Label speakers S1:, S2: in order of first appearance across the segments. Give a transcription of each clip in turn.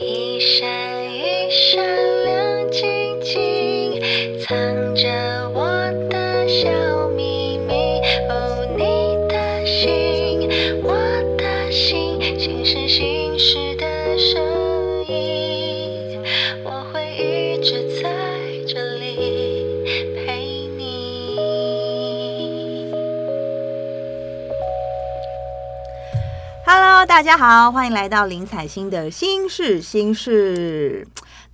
S1: 一闪一闪亮晶晶，藏着我的小秘密。哦，你的心，我的心，心是心事的声音。我会一直在这里陪你。
S2: Hello，大家好，欢迎来到林采欣的心事心事。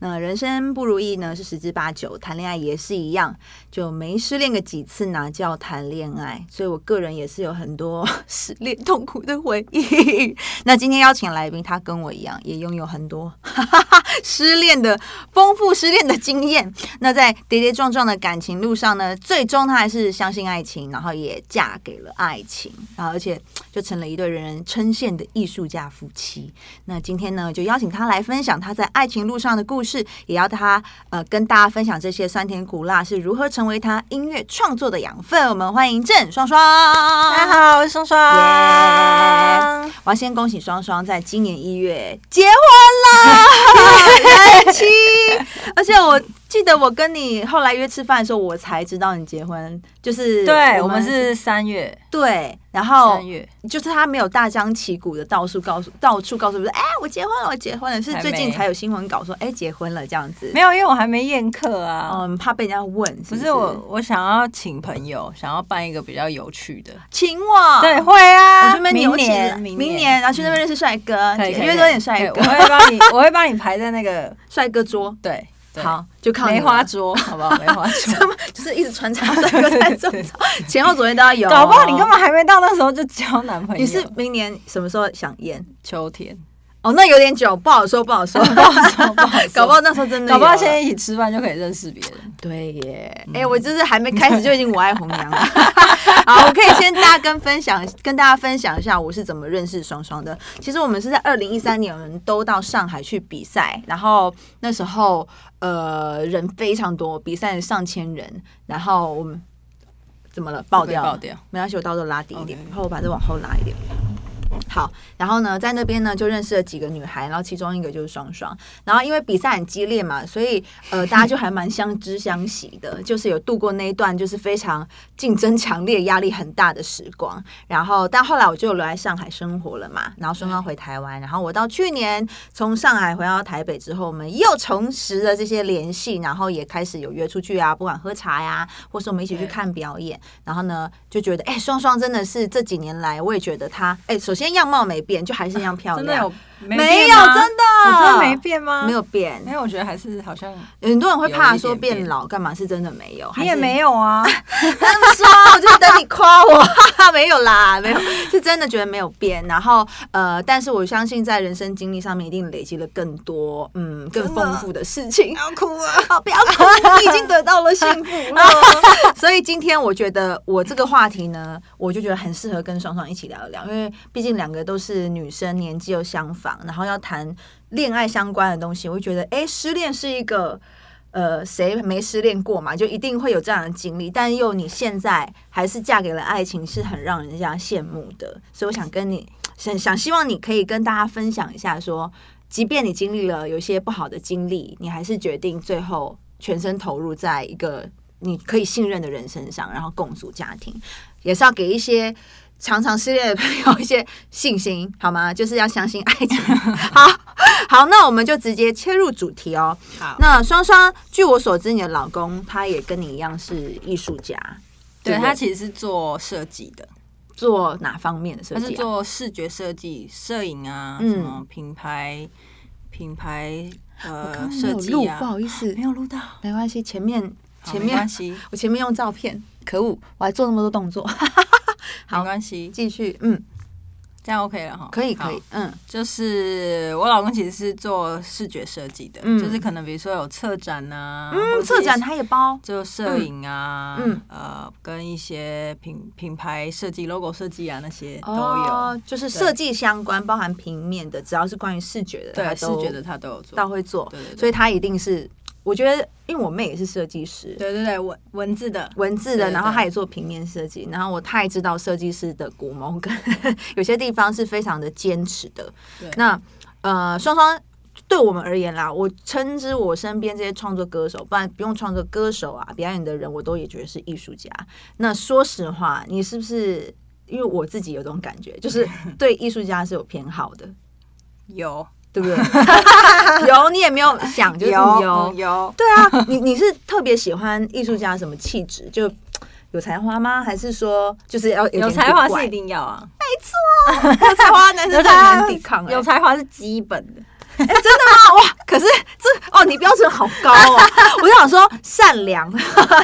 S2: 那人生不如意呢，是十之八九，谈恋爱也是一样，就没失恋个几次，哪叫谈恋爱？所以我个人也是有很多失恋痛苦的回忆。 那今天邀请来宾，他跟我一样，也拥有很多 失恋的丰富失恋的经验。那在跌跌撞撞的感情路上呢，最终他还是相信爱情，然后也嫁给了爱情，然后而且就成了一对人人称羡的艺术家夫妻。那今天呢，就邀请他来分享他在爱情路上的故事，也要他呃跟大家分享这些酸甜苦辣是如何成为他音乐创作的养分。我们欢迎郑双双，
S3: 大家好，我是双 双。
S2: 耶我要先恭喜双双在今年一月结婚了，人妻。而且我记得我跟你后来约吃饭的时候，我才知道你结婚，就是
S3: 对，我们是三月，
S2: 对，然后
S3: 三月
S2: 就是他没有大张旗鼓的到处告诉到处告诉，哎，我结婚了，我结婚了，是
S3: 还
S2: 最近
S3: 没
S2: 才有新闻稿说，哎，结婚了这样子
S3: 没。有，因为我还没宴客啊。
S2: 嗯，怕被人家问，是
S3: 不
S2: 是
S3: 是我，我想要请朋友，想要办一个比较有趣的。
S2: 请我，
S3: 对，会
S2: 我
S3: 啊，
S2: 去那边
S3: 明
S2: 扭起来
S3: 年，嗯
S2: 明年，然后去那边认识帅哥，
S3: 可以可以
S2: 因为都有点帅
S3: 对
S2: 哥
S3: 我， 会帮你，我会帮你排在那个
S2: 帅哥桌，
S3: 对，对
S2: 好，就靠你
S3: 梅
S2: 了
S3: 花 桌，好不好？梅花桌。
S2: 就是一直穿插帅哥在中间，前后左右都要有。哦
S3: 搞不好你根本还没到那时候就交男朋友。
S2: 你是明年什么时候想验？
S3: 秋天，
S2: 哦，那有点久，不好说，不好说，
S3: 不好说，不好说
S2: 搞不好那时候真的有
S3: 搞
S2: 了，啊
S3: 不好现在一起吃饭就可以认识别人。
S2: 对耶，哎、我就是还没开始就已经我爱红娘了。 好，我可以先大家跟分享，跟大家分享一下我是怎么认识双双的。其实我们是在二零一三年，我们都到上海去比赛，然后那时候呃人非常多，比赛上千人，然后我们怎么了？爆掉了，
S3: 会不会爆掉
S2: 没关系，我到时候拉低一点
S3: OK
S2: 然后我把这往后拉一点。好，然后呢，在那边呢就认识了几个女孩，然后其中一个就是双双，然后因为比赛很激烈嘛，所以呃大家就还蛮相知相惜的，就是有度过那一段就是非常竞争强烈、压力很大的时光。呃然后但后来我就留在上海生活了嘛，然后双双回台湾，然后我到去年从上海回到台北之后，我们又重拾了这些联系，然后也开始有约出去啊，不管喝茶呀、或是我们一起去
S3: 对
S2: 看表演，然后呢就觉得哎，双双真的是这几年来，我也觉得她哎，首先样貌没变，就还是一样 漂
S3: 真
S2: 亮，
S3: 的有没
S2: 没有
S3: 变吗
S2: 真的
S3: 你真的没变啊吗？
S2: 没有变
S3: 没。有，我觉得还是好像
S2: 很多人会怕说
S3: 有一点
S2: 变老，干嘛是真的没有？
S3: 你也没
S2: 有
S3: 有 啊，
S2: 这么说，我哦就等你夸我， 哈哈，没有啦，没有，是真的觉得没有变。然后呃，但是我相信在人生经历上面一定累积了更多嗯更
S3: 真的
S2: 丰富的事情。
S3: 要哭啊！
S2: 哦，不要哭，你已经得到了幸福了。 所以今天我觉得我这个话题呢，我就觉得很适合跟爽爽一起聊一聊，因为毕竟两个都是女生，年纪又相仿，然后要谈恋爱相关的东西，我就觉得哎，失恋是一个。呃，谁没失恋过嘛？就一定会有这样的经历，但又你现在还是嫁给了爱情，是很让人家羡慕的。所以我想跟你想想，希望你可以跟大家分享一下说即便你经历了有一些不好的经历，你还是决定最后全身投入在一个你可以信任的人身上，然后共组家庭，也是要给一些。常常失恋的朋友一些信心，好吗？就是要相信 爱情。好好，那我们就直接切入主题哦。
S3: 好
S2: 那双双，据我所知，你的老公他也跟你一样是艺术家，
S3: 对
S2: 不
S3: 他其实是做设计的，
S2: 做哪方面的设
S3: 他
S2: 计、啊？
S3: 是做视觉设计、摄影啊，
S2: 嗯
S3: 什么品牌、品牌
S2: 我刚
S3: 呃
S2: 刚没
S3: 设
S2: 有录
S3: 计啊
S2: 不，好意 思
S3: 没，有录到，
S2: 没关系，前面
S3: 好
S2: 前
S3: 没
S2: 面
S3: 关系，
S2: 我前面用照片，可恶，我还做那么 多动作。好
S3: 没关系，
S2: 继续，嗯，
S3: 这样 OK 了哈，
S2: 可以
S3: 好
S2: 可以，嗯
S3: 就是我老公其实是做视觉设计的，
S2: 嗯
S3: 就是可能比如说有策展啊，或
S2: 嗯，
S3: 者
S2: 策展
S3: 一些
S2: 他也包，
S3: 就摄影啊，
S2: 嗯
S3: 呃，跟一些品品牌设计、logo 设计啊那些都有，
S2: 哦，就是设计相关，包含平面的，只要是关于视觉的，
S3: 对，
S2: 他
S3: 视
S2: 都
S3: 觉的他都有做
S2: 倒。会做
S3: 对对，对
S2: 所以他一定是我觉得，因为我妹也是设计师，
S3: 对对对，文文字的，
S2: 文字
S3: 对
S2: 的，
S3: 对
S2: 然后她也做平面设计，然后我太知道设计师的骨谋跟 有些地方是非常的坚持的
S3: 对。
S2: 那呃，双双对我们而言啦，我称之我身边这些创作歌手，不然不用创作歌手啊，表演的人我都也觉得是艺术家。那说实话，你是不是？因为我自己有种感觉，就是对艺术家是有偏好的，
S3: 有
S2: 对不 对？有，你也没有想，就是有
S3: 嗯，有，
S2: 对啊，你你是特别喜欢艺术家什么气质？就有才华吗？还是说就是要有
S3: 有
S2: 点
S3: 才华
S2: 古怪
S3: 是一定要啊，
S2: 有才华，男生真的很难抵抗、欸。
S3: 有才华是基本的，
S2: 哎、真的吗？哇！可是这哦，你标准好高哦。我就想说善良，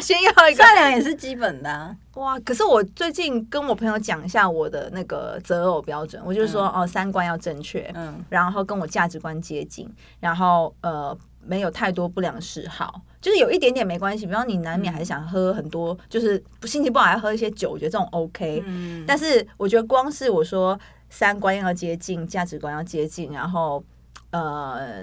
S2: 先要一个
S3: 善良也是基本的啊。
S2: 哇。可是我最近跟我朋友讲一下我的那个择偶标准，我就说、哦，三观要正确，
S3: 嗯，
S2: 然后跟我价值观接近，然后呃没有太多不良嗜好，就是有一点点没关系。比方你难免还是想喝很多，就是心情不好还喝一些酒，我觉得这种 OK、
S3: 嗯
S2: 但是我觉得光是我说三观要接近，价值观要接近，然后。呃，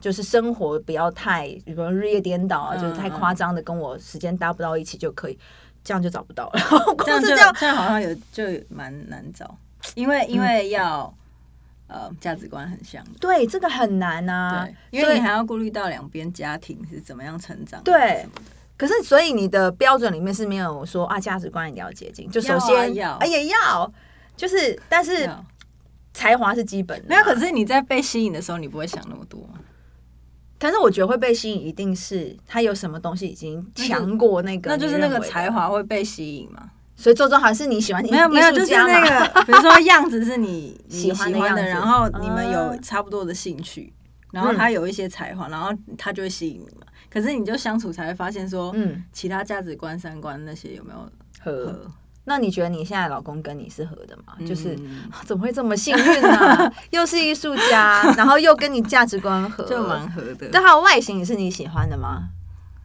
S2: 就是生活不要太，比如说日夜颠倒啊，
S3: 嗯
S2: 就是
S3: 嗯
S2: 太夸张的，跟我时间搭不到一起就可以，这样就找不到了。
S3: 这
S2: 光
S3: 样
S2: 是
S3: 就
S2: 这样，
S3: 这样好像有就蛮难找，因为
S2: 嗯
S3: 因为要呃价值观很像的。
S2: 对这个很难啊
S3: 对，，因为
S2: 所以
S3: 你还要顾虑到两边家庭是怎么样成长，
S2: 对，可是，所以你的标准里面是没有说啊，价值观一定要接近，就首先
S3: 要啊要
S2: 哎也要，就是但
S3: 是
S2: 是才华是基本的嘛
S3: 没有。可，是你在被吸引的时候，你不会想那么多，
S2: 但是我觉得会被吸引，一定是他有什么东西已经
S3: 那就
S2: 强过那个，
S3: 那就是那个才。华会被吸引嘛？
S2: 所以周周还是你喜欢艺
S3: 没有没有，
S2: 艺
S3: 就
S2: 术
S3: 是
S2: 家嘛
S3: 那个，比如说样子是 你你
S2: 喜
S3: 喜
S2: 欢
S3: 欢
S2: 的样
S3: 的，
S2: 子嗯
S3: 然后你们
S2: 啊
S3: 有差不多的兴趣，然后他有一些才华，然后他就会吸引你嘛。可是你就相处才会发现说，
S2: 嗯
S3: 其他价值观、三观那些有没有
S2: 合。
S3: 合？
S2: 那你觉得你现在老公跟你是合的吗？嗯就是
S3: 嗯
S2: 啊怎么会这么幸运呢？ 又是艺术家，然后又跟你价值观合，
S3: 就蛮合的。
S2: 但他的外形也是你喜欢的吗？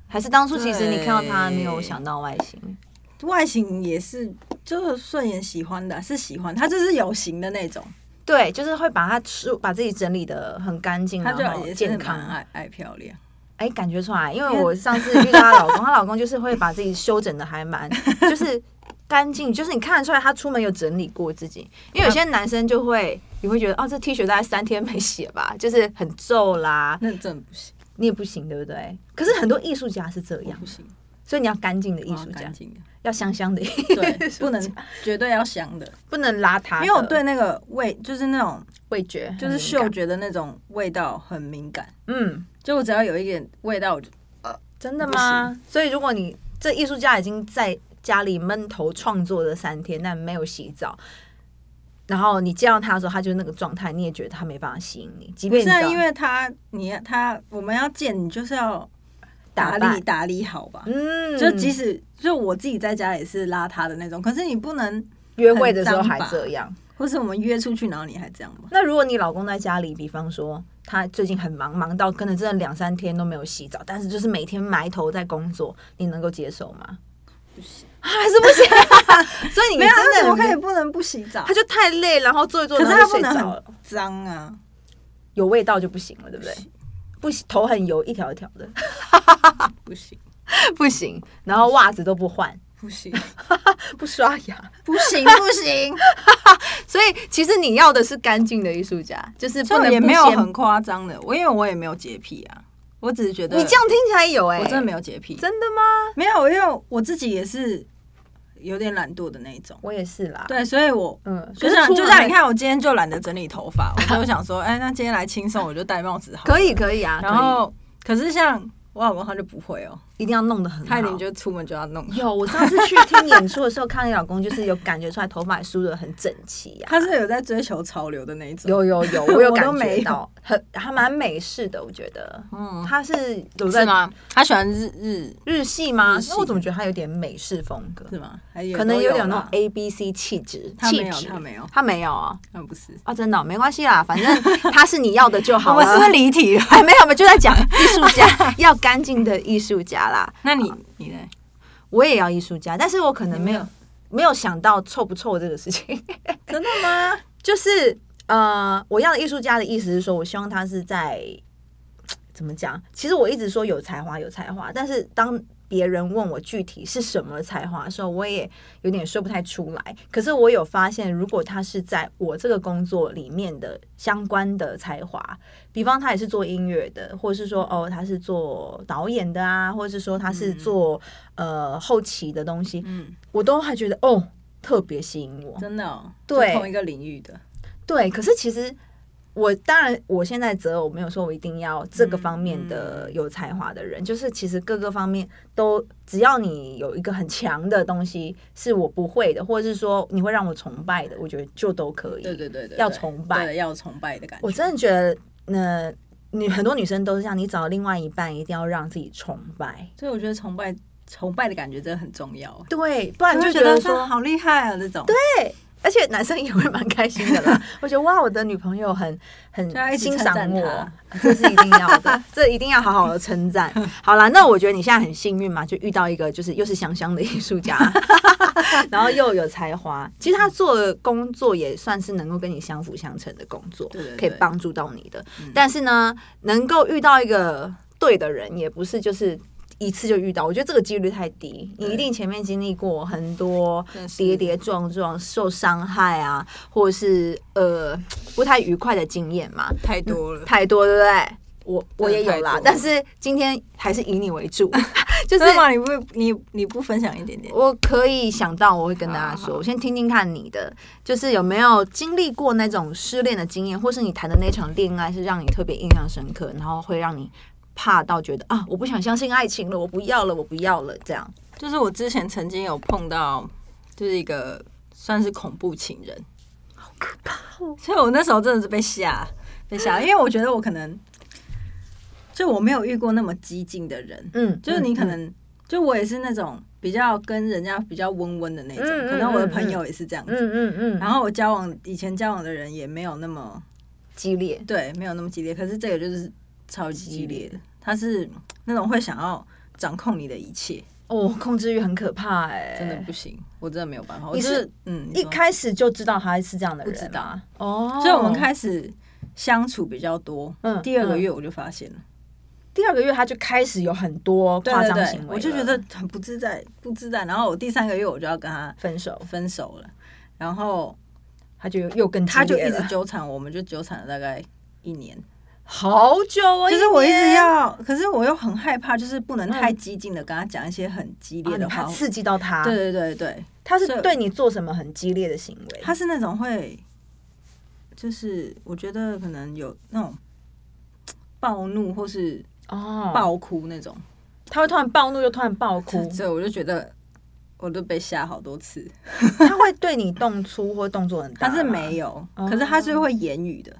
S2: 还是当初其实你看到他
S3: 对
S2: 没有想到外形？
S3: 外形也是，就是顺眼喜欢的啊、是喜欢他，就是有型的那种，
S2: 对，就是会把他吃，把自己整理的很干净，
S3: 他
S2: 嗯然后
S3: 就也是
S2: 健
S3: 蛮
S2: 康。
S3: 爱爱漂亮。
S2: 哎，感觉出来，因为我上次遇到她老公，她老公就是会把自己修整的还蛮，就是干净，就是你看得出来他出门有整理过自己。因为有些男生就会，你会觉得哦，这 T 恤大概三天没洗了吧，就是很皱啦，
S3: 那真的不行，
S2: 你也不行，对不对？可是很多艺术家是这
S3: 我
S2: 样
S3: 不，行，
S2: 所以你要干净的
S3: 我
S2: 艺
S3: 要
S2: 术家
S3: 干，净的，
S2: 要香香的，
S3: 对，不能绝对要香的，
S2: 不能邋遢
S3: 因为
S2: 的。
S3: 我对那个味，就是那种
S2: 味觉很
S3: 就是
S2: 敏
S3: 嗅
S2: 感，
S3: 觉的那种味道很敏感，
S2: 嗯。
S3: 就我只要有一点味道，我就
S2: 真的
S3: 不
S2: 吗？所以如果你这艺术家已经在家里闷头创作了三天，但没有洗澡，然后你见到他的时候，他就是那个状态，你也觉得他没办法吸引你，即
S3: 不
S2: 便
S3: 是
S2: 你知
S3: 啊
S2: 道
S3: 因为他你他我们要见你就是要打
S2: 打
S3: 理
S2: 扮
S3: 打理好吧，
S2: 嗯，
S3: 就即使就我自己在家也是邋遢的那种，可是你不能。
S2: 约会的时候还
S3: 很脏吧
S2: 这样。
S3: 或是我们约出去，然后你还这样吗？
S2: 那如果你老公在家里，比方说他最近很忙，忙到可能真的两三天都没有洗澡，但是就是每天埋头在工作，你能够接受吗？
S3: 不行，
S2: 啊还是不行、 所以你
S3: 没有，他
S2: 欸真
S3: 怎
S2: 的
S3: 么
S2: 很
S3: 可以不能不洗澡
S2: 他？就太累，然后坐一坐，
S3: 可是
S2: 然
S3: 他
S2: 后就
S3: 不
S2: 睡
S3: 能
S2: 着了
S3: 很。脏啊，
S2: 有味道就不行了，对不对？不行，头很油，一条一条的，
S3: 不行，
S2: 不行。 然后袜子都不换，
S3: 不行，
S2: 不刷牙。
S3: 不行，不行，
S2: 所以其实你要的是干净的艺术家，就是不
S3: 就
S2: 能
S3: 也
S2: 不
S3: 没有
S2: 先
S3: 很夸张的，我因为我也没有洁癖啊，我只是觉得
S2: 你这样听起来有哎、
S3: 我真的没有洁癖，
S2: 真的吗？
S3: 没有，因为我自己也是有点懒惰的那一种，
S2: 我也是啦。
S3: 对，所以我。
S2: 嗯，
S3: 就
S2: 可
S3: 像
S2: 是出
S3: 就
S2: 门
S3: 像你看，我今天就懒得整理头发，我就想说，哎，那今天来轻松，我就戴帽子好了。
S2: 可以可以啊，
S3: 然后，可是像我老公他就不会哦，
S2: 可以一定要弄得很
S3: 他一
S2: 好
S3: 定。就出门就要弄好。
S2: 有，我上次去听演出的时候，看你老公就是有感觉出来头发梳的很整齐啊呀、
S3: 他是有在追求潮流的那一种。
S2: 有有 有，我有
S3: 我都
S2: 感
S3: 没
S2: 觉
S3: 有
S2: 到，很还蛮美式的，我觉得。
S3: 嗯，
S2: 他是有在
S3: 是吗？他喜欢日日
S2: 日系吗
S3: 日？系
S2: 那我怎么觉得他有点美式风格？
S3: 是吗？还有
S2: 可能有点
S3: 都
S2: 那
S3: 啦
S2: 种 A B C 气质，
S3: 哎他
S2: 气
S3: 没有
S2: 质
S3: 他没有
S2: 他没有啊
S3: 啊，不是。
S2: 啊，真的哦、没关系啦，反正他是你要的就
S3: 我
S2: 好了。啊
S3: 们是不是离题了？
S2: 哎，没有，我们就在讲艺术家 要干净的艺术家啦。
S3: 那你你呢？
S2: 我也要艺术家，但是我可能没有没有想到臭不臭这个事情，
S3: 真的吗？
S2: 就是呃，我要的艺术家的意思是说，我希望他是在怎么讲？其实我一直说有才华，有才华，但是当别人问我具体是什么才华的时候，我也有点说不太出来。可是我有发现，如果他是在我这个工作里面的相关的才华，比方他也是做音乐的，或者是说哦他是做导演的啊，或者是说他是做、呃后期的东西，
S3: 嗯，
S2: 我都还觉得哦特别吸引我。
S3: 真的、哦，
S2: 对
S3: 就同一个领域的，
S2: 对，可是其实我当然，我现在择偶没有说我一定要这个方面
S3: 嗯
S2: 的有才华的人，就是其实各个方面都，只要你有一个很强的东西是我不会的，或者是说你会让我崇拜的，我觉得就都可以。
S3: 对对对对，
S2: 要
S3: 对
S2: 崇拜
S3: 对，要崇拜的感觉。
S2: 我真的觉得，那、女很多女生都是这样，你找另外一半一定要让自己崇拜，
S3: 所以我觉得崇拜崇拜的感觉真的很重要，
S2: 对，不然
S3: 我
S2: 就
S3: 觉
S2: 觉得
S3: 说
S2: 说
S3: 好厉害啊这种，
S2: 而且男生也会蛮开心的 啦。我觉得哇，我的女朋友很很
S3: 就要一直
S2: 欣
S3: 称赞
S2: 赏我
S3: 她，
S2: 这是一定要 的，这一定要好好的称赞。好啦，那我觉得你现在很幸运嘛，就遇到一个就是又是香香的艺术 家，然后又有才华。其实他做的工作也算是能够跟你相辅相成的工作，
S3: 对嗯对对
S2: 可以帮助到你的。但是呢，能够遇到一个对的人，也不是就是。一次就遇到，我觉得这个几率太低。你一定前面经历过很多
S3: 真是
S2: 跌跌撞撞、受伤害啊，或者是呃不太愉快的经验嘛，
S3: 太多了。
S2: 太多，对不对？我我也有啦
S3: 太多了，
S2: 但是今天还是以你 为主，就
S3: 真
S2: 是
S3: 的吗？你不你你不分享一点点？
S2: 我可以想到，我会跟大家
S3: 好
S2: 说，我先听听看你
S3: 啊
S2: 的，就是有没有经历过那种失恋的经验，或是你谈的那场恋爱是让你特别印象深刻，然后会让你怕到觉得啊，我不想相信爱情了，我不要了，我不要了，这样。
S3: 就是我之前曾经有碰到，就是一个算是恐怖情人，好可怕、哦！所以我那时候真的是被吓，被吓，因为我觉得我可能，就我没有遇过那么激进的人，
S2: 嗯，
S3: 就是你可
S2: 嗯
S3: 能，就我也是那种比较跟人家比较温温的那种，
S2: 嗯嗯
S3: 可能我的朋友也是这样子。
S2: 嗯嗯嗯，然
S3: 然
S2: 后
S3: 后我交往以前交往的人也没有那么
S2: 激烈，
S3: 对，没有那么激烈，可是这个就是超级激烈
S2: 嗯
S3: 的，他是那种会想要掌控你的一切，
S2: 哦，控制欲很可怕哎、
S3: 真的不行，我真的没有办法。我
S2: 你
S3: 就是嗯，你
S2: 一
S3: 说，
S2: 开始就知道他是这样的人啊
S3: 不知
S2: 吗
S3: 道
S2: 哦，
S3: 所以我们开始相处比较多。
S2: 嗯
S3: 第二个月我就发现了，
S2: 第二个月他就开始有很多
S3: 对
S2: 夸
S3: 对
S2: 张
S3: 对
S2: 行为了
S3: 我就觉得很不自在，不自在。然后我第三个月我就要跟他
S2: 分手，
S3: 分手了，然后
S2: 他就又更激
S3: 他就
S2: 烈
S3: 一直
S2: 了
S3: 纠缠我，我们就纠缠了大概一年。
S2: 好久哦，
S3: 就是我一直
S2: 年
S3: 要，可是我又很害怕，就是不能
S2: 嗯
S3: 太激进的跟他讲一些很激烈
S2: 啊
S3: 的
S2: 你
S3: 话。
S2: 怕刺激到他，
S3: 对，对对对，
S2: 他
S3: 所
S2: 是
S3: 以
S2: 对你做什么很激烈的行为？
S3: 他是那种会，就是我觉得可能有那种暴怒或是
S2: 哦，
S3: 暴哭那种，
S2: 他会突然暴怒又突然暴
S3: 这
S2: 哭，
S3: 这我 就觉得我都被吓好多次。
S2: 他会对你动粗或动作很大
S3: 他
S2: 吗，
S3: 是没有，
S2: 哦
S3: 可是他是会言语的，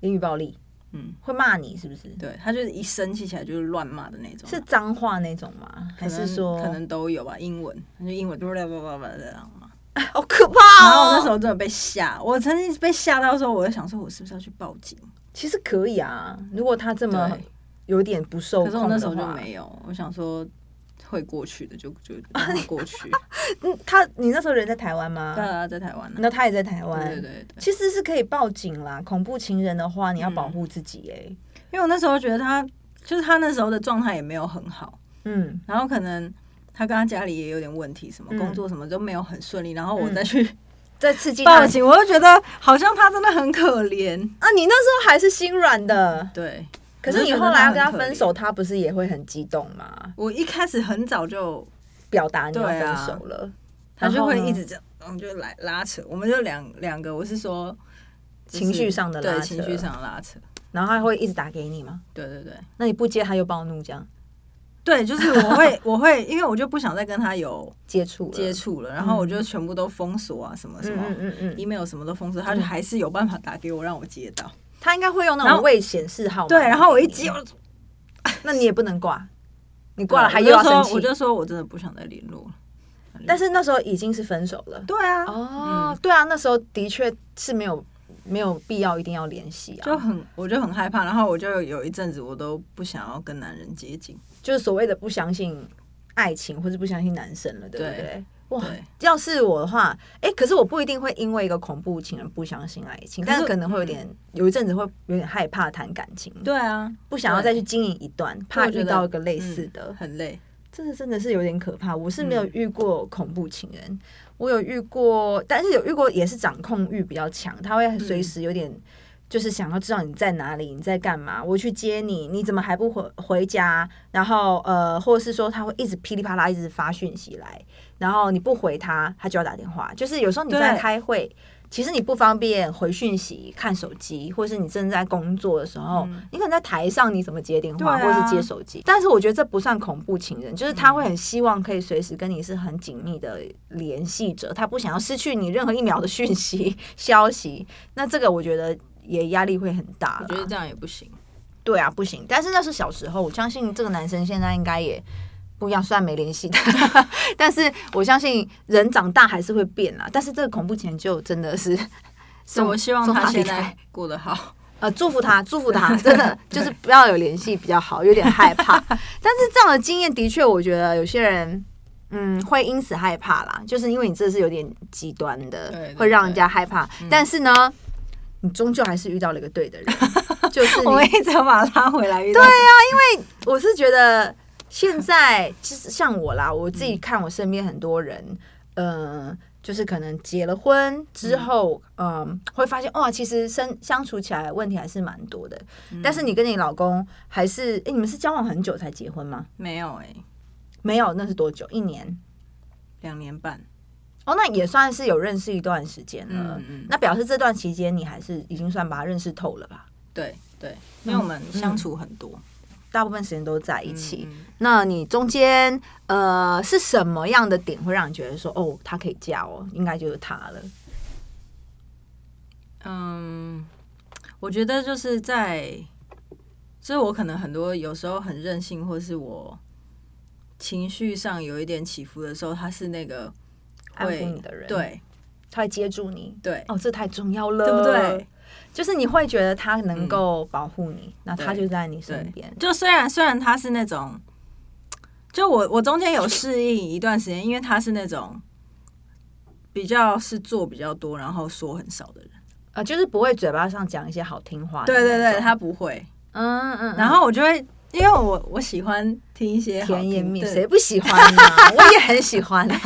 S2: 言语暴力，
S3: 嗯，
S2: 会骂你是不是？
S3: 对他就是一生气起来就是乱骂的那种，啊
S2: 是脏话那种吗？
S3: 可
S2: 还
S3: 能
S2: 是说
S3: 可能都有吧，英文，他就英文叭叭叭叭这样嘛。
S2: 好可怕
S3: 然后我
S2: 哦？
S3: 那时候真的被吓，我曾经被吓到的时候，我就想说，我是不是要去报警？
S2: 其实可以啊，如果他这么
S3: 对
S2: 有点不受
S3: 可是我
S2: 控
S3: 那
S2: 的
S3: 时候就
S2: 话，
S3: 没有，我想说会过去的就 就让它过去。
S2: 嗯，他你那时候人在台湾吗？
S3: 对啊，在台湾呢、
S2: 那他也在台湾。
S3: 对对对对，
S2: 其实是可以报警啦，恐怖情人的话，你要保护自己哎、
S3: 因为我那时候觉得他就是他那时候的状态也没有很好，
S2: 嗯，
S3: 然后可能他跟他家里也有点问题，什么
S2: 嗯
S3: 工作什么都没有很顺利，然后我
S2: 嗯
S3: 再去
S2: 再刺激他
S3: 报警，我就觉得好像他真的很可怜。
S2: 啊！你那时候还是心软的，
S3: 对，
S2: 可是你后来要跟他分手，他不是也会很激动吗？
S3: 我一开始很早就
S2: 表达你要
S3: 对
S2: 分
S3: 啊
S2: 手了，
S3: 他就会
S2: 然后呢
S3: 一直这样，然后就来拉扯，我们就两两个，我是说就是
S2: 情绪上的拉
S3: 对
S2: 扯
S3: 情绪上的拉扯，
S2: 然后他会一直打给你吗？
S3: 对对对。
S2: 那你不接他又暴怒，这样
S3: 对，就是我 会，我会，因为我就不想再跟他有
S2: 接触了
S3: 接，触了，然后我就全部都封锁啊，什么什
S2: 嗯
S3: 么、
S2: 嗯嗯嗯，
S3: email 什么都封锁，他就还是有办法打给我让我接到。
S2: 他应该会用那
S3: 然
S2: 种
S3: 后
S2: 未显示号码
S3: 对，然后我一
S2: 打给你
S3: 接，我
S2: 那你也不能挂，你挂了还
S3: 我
S2: 又
S3: 就
S2: 要
S3: 说
S2: 生，气
S3: 我，就说我真的不想再联络了。
S2: 但是那时候已经是分手了。
S3: 对啊，
S2: 哦，对啊，那时候的确是没有没有必要一定要联系啊，
S3: 就很我就很害怕，然后我就有一阵子我都不想要跟男人接近。
S2: 就是所谓的不相信爱情或者不相信男生了，对不对？
S3: 对
S2: 哇
S3: 对，
S2: 要是我的话，哎、可是我不一定会因为一个恐怖情人不相信爱情，
S3: 可是嗯
S2: 但是可能会有点、有一阵子会有点害怕谈感情，
S3: 对啊，
S2: 不想要再去经营一段，怕
S3: 我觉
S2: 遇
S3: 得嗯
S2: 到一个类似的，
S3: 很累。
S2: 这个真的是有点可怕。我是没有遇过恐怖情人，我有遇过，但是有遇过也是掌控欲比较强，他会随时有点。就是想要知道你在哪里，你在干嘛，我去接你，你怎么还不回回家？然后呃，或者是说他会一直噼里啪啦一直发讯息来，然后你不回他，他就要打电话。就是有时候你正在
S3: 对
S2: 开会，其实你不方便回讯息、看手机，或是你正在工作的时候，你可能在台上你怎么接电
S3: 嗯对啊
S2: 话，或是接手机。但是我觉得这不算恐怖情人，就是他会很希望可以随时跟你是很紧密的联系者，他不想要失去你任何一秒的讯息、 消息。那这个我觉得也压力会很大啦。
S3: 我觉得这样也不行。
S2: 对啊，不行。但是那是小时候，我相信这个男生现在应该也不一样，虽然没联系，但 但是我相信人长大还是会变啦。但是这个恐怖前就真 的是
S3: 所
S2: 送，
S3: 以我希望
S2: 送
S3: 他
S2: 离
S3: 现
S2: 开
S3: 在过得 好。
S2: 呃，祝福他，祝 福他，真的就是不要有联系比较好，有点害怕。但是这样的经验的确，我觉得有些人。嗯，会因此害怕啦，就是因为你这是有点极端的，
S3: 对对嗯
S2: 会让人家害怕。但是呢，你终究还是遇到了一个 对的人，就是你啊
S3: 我们一直要把他拉回来。对呀，
S2: 我是觉得现在就是像我啦，我自己看我身边很多人，嗯、就是可能结了婚之后，嗯、会发现哇，其实生相处起来问题还是蛮多的。但是你跟你老公还是，哎、你们是交往很久才结婚吗？
S3: 没有哎，
S2: 没有，那是多久？一年。
S3: 两年半。
S2: 哦，那也算是有认识一段时间了。
S3: 嗯嗯
S2: 那表示这段期间你还是已经算把他认识透了吧？
S3: 对对，因为我
S2: 嗯
S3: 们相处很多，
S2: 大部分时间都在一
S3: 一
S2: 起。那你中间呃是什么样的点会让你觉得说哦，他可以嫁哦，应该就是他了？
S3: 嗯，我觉得就是在，所以我可能很多有时候很任性，或是我情绪上有一点起伏的时候，他是那个
S2: 安
S3: 会
S2: 抚你的人，，
S3: 对
S2: 他会接住你，
S3: 对、
S2: 哦，这太重要了，嗯
S3: 对不对？？
S2: 就是你会觉得他能够保护你，那他
S3: 对
S2: 就在你身边
S3: 对，，就虽然虽然他是那种，就我我中间有适应一段时间，因为他是那种比较是做比较多，然后说很少的人。
S2: 呃，就是不会嘴巴上讲一些好听话的那
S3: 对
S2: 种，
S3: 对对，他不会。
S2: 嗯嗯，嗯
S3: 然后我就会，因为我我喜欢听一些好
S2: 甜言
S3: 听
S2: 蜜语，
S3: 对
S2: 谁不喜欢呢？我也很喜欢啊，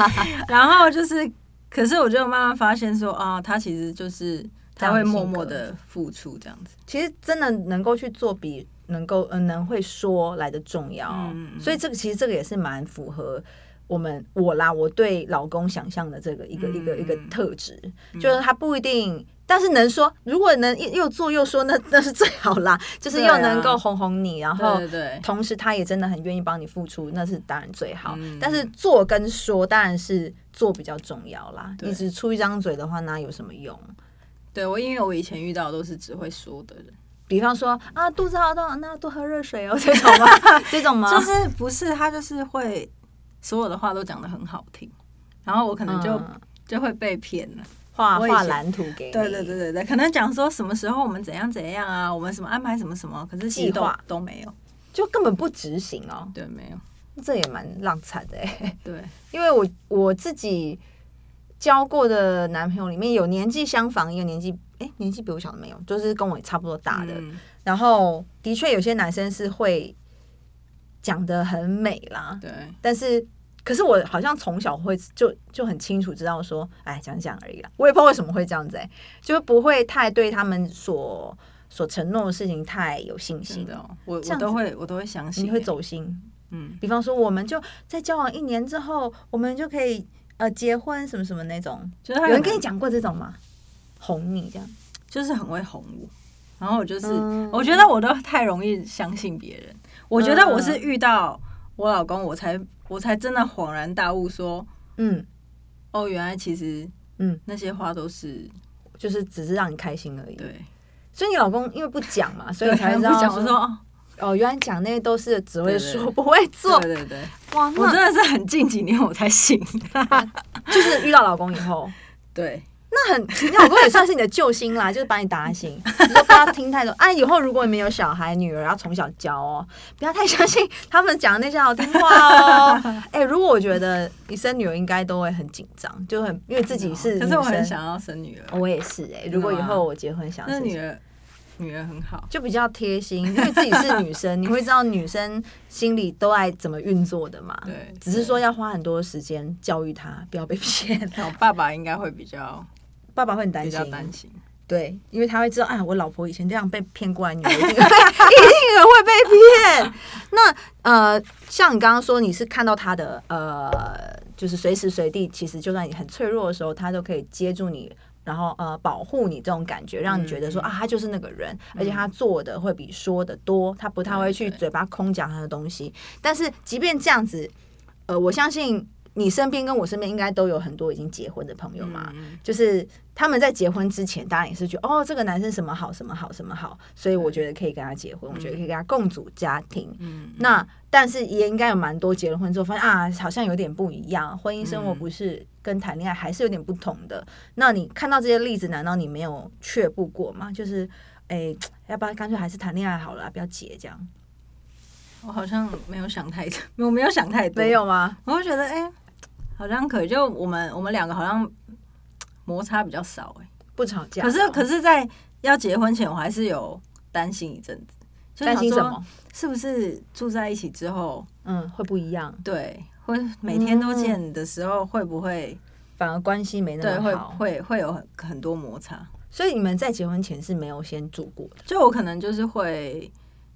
S3: 然后就是，可是我就慢慢发现说啊，他其实就是他
S2: 这样的
S3: 会默默
S2: 性格
S3: 的付出这样子。
S2: 其实真的能够去做比能够嗯、呃能会说来的重要，
S3: 嗯嗯嗯
S2: 所以这个其实这个也是蛮符合我们我啦我对老公想象的这个一个、
S3: 嗯
S2: 一个
S3: 嗯
S2: 一个特质，就是他不一定。但是能说，如果能又又做又说，那那是最好 啦。就是
S3: 对啊
S2: 又能够哄哄你，然后
S3: 对对对
S2: 同时他也真的很愿意帮你付出，那是当然最好。
S3: 嗯
S2: 但是做跟说当然是做比较重要啦。
S3: 对
S2: 你只出一张嘴的话，那有什么用？
S3: 对我，因为我以前遇到的都是只会说的人，
S2: 比方说啊，肚子好痛，那多喝热水 哦，这种吗？这种吗？
S3: 就是不是他就是会所有的话都讲的很好听，然后我可能就、
S2: 嗯
S3: 就会被骗了。
S2: 画
S3: 我以前
S2: 画蓝图给你，
S3: 对对对，对对，可能讲说什么时候我们怎样怎样啊，我们什么安排什么什么，可是其实
S2: 计
S3: 都
S2: 划
S3: 都没有，
S2: 就根本不执行哦，
S3: 对，没有，
S2: 这也蛮浪惨的欸
S3: 对，
S2: 因为我我自己交过的男朋友里面有年纪相仿，也有年纪哎、年纪比我小的没有，就是跟我也差不多大的，
S3: 嗯
S2: 然后的确有些男生是会讲的很美啦，
S3: 对，
S2: 但是。可是我好像从小会就就很清楚知道说，哎，讲讲而已啦。我也不知道为什么会这样子、哎，就不会太对他们所所承诺的事情太有信
S3: 真
S2: 心
S3: 的，哦，我我
S2: 这样子
S3: 都会我都会相信、
S2: 你会，走心。
S3: 嗯，
S2: 比方说，我们就在交往一年之后，我们就可以呃结婚什么什么那种。
S3: 就是他
S2: 有人
S3: 可能
S2: 跟你讲过这种吗？哄你这样，
S3: 就是很会哄我，然后我就是、
S2: 嗯
S3: 我觉得我都太容易相信别人，我觉得我是遇到我老公，我才我才真的恍然大悟说，
S2: 嗯，
S3: 哦，原来其实
S2: 嗯
S3: 那些话都是
S2: 就是只是让你开心而已。
S3: 对，
S2: 所以你老公因为不讲 嘛，所以
S3: 对
S2: 你才
S3: 他
S2: 会知
S3: 不
S2: 道
S3: 讲我说哦，
S2: 哦，原来讲那些都是只会
S3: 对对
S2: 说
S3: 对
S2: 不会做。
S3: 对对 对，
S2: 哇，
S3: 我
S2: 那
S3: 真的是很近几年我才醒，
S2: 就是遇到老公以后，
S3: 对，
S2: 那的很，你老公也算是你的救星啦， 就是把你打醒，你就不要听太多。哎，以后如果你们有小孩、女儿，要从小教哦，不要太相信他们讲的那些好听 话哦。哎，如果我觉得你生女儿应该都会很紧张，就很因为自己是
S3: 哦
S2: 女
S3: 可
S2: 生，
S3: 是我很想要生女儿，
S2: 我也是哎、
S3: 的
S2: 如果以
S3: 吗
S2: 后我结婚想
S3: 那
S2: 生
S3: 女
S2: 女儿，
S3: 儿女儿很好，
S2: 就比较贴心，因为自己是 女生，你会知道女生心里都爱怎么运作的嘛。
S3: 对，
S2: 只是说要花很多时间教育她，不要被 骗。
S3: 我爸爸应该会比较
S2: 爸爸会很担
S3: 比
S2: 心
S3: 较，担心，
S2: 对，因为他会知道，啊，我老婆以前这样被骗过来， 女儿一定会一定会被骗。那呃，像你刚刚说，你是看到他的呃，就是随时随地，其实就算你很脆弱的时候，他都可以接住你。然后呃，保护你这种感觉，让你觉得说、
S3: 嗯
S2: 啊，他就是那个人，而且他做的会比说的多，他不太会去
S3: 对对
S2: 嘴巴空讲他的东西。但是即便这样子，呃，我相信你身边跟我身边应该都有很多已经结婚的朋友嘛，
S3: 嗯
S2: 就是他们在结婚之前，当然也是觉得哦，这个男生什么好，什么好，什么好，所以我觉得可以跟他结婚，我觉得可以跟他共组家庭。
S3: 嗯，
S2: 那但是也应该有蛮多结了婚之后发现啊，好像有点不一样，婚姻生活
S3: 嗯
S2: 不是跟谈恋爱还是有点不同的。那你看到这些例子，难道你没有却步过吗？就是哎，要不然干脆还是谈恋爱好了啊、不要结这样，
S3: 我好像没有想太多，我没有想太多，
S2: 没有吗？
S3: 我会觉得，哎、好像可以，就我们我们两个好像摩擦比较少、
S2: 不吵
S3: 哎，
S2: 架哦，
S3: 可是可
S2: 是
S3: 是，在要结婚前，我还是有担心一阵子，就
S2: 担心
S3: 想
S2: 什
S3: 说
S2: 么？
S3: 是不是住在一起之后，
S2: 嗯，会不一样，
S3: 对，会每天都见的时候，会不会、
S2: 反而关系没那
S3: 对
S2: 么
S3: 会
S2: 嗯好。
S3: 会会有很很多摩擦？
S2: 所以你们在结婚前是没有先住过的，
S3: 就我可能就是会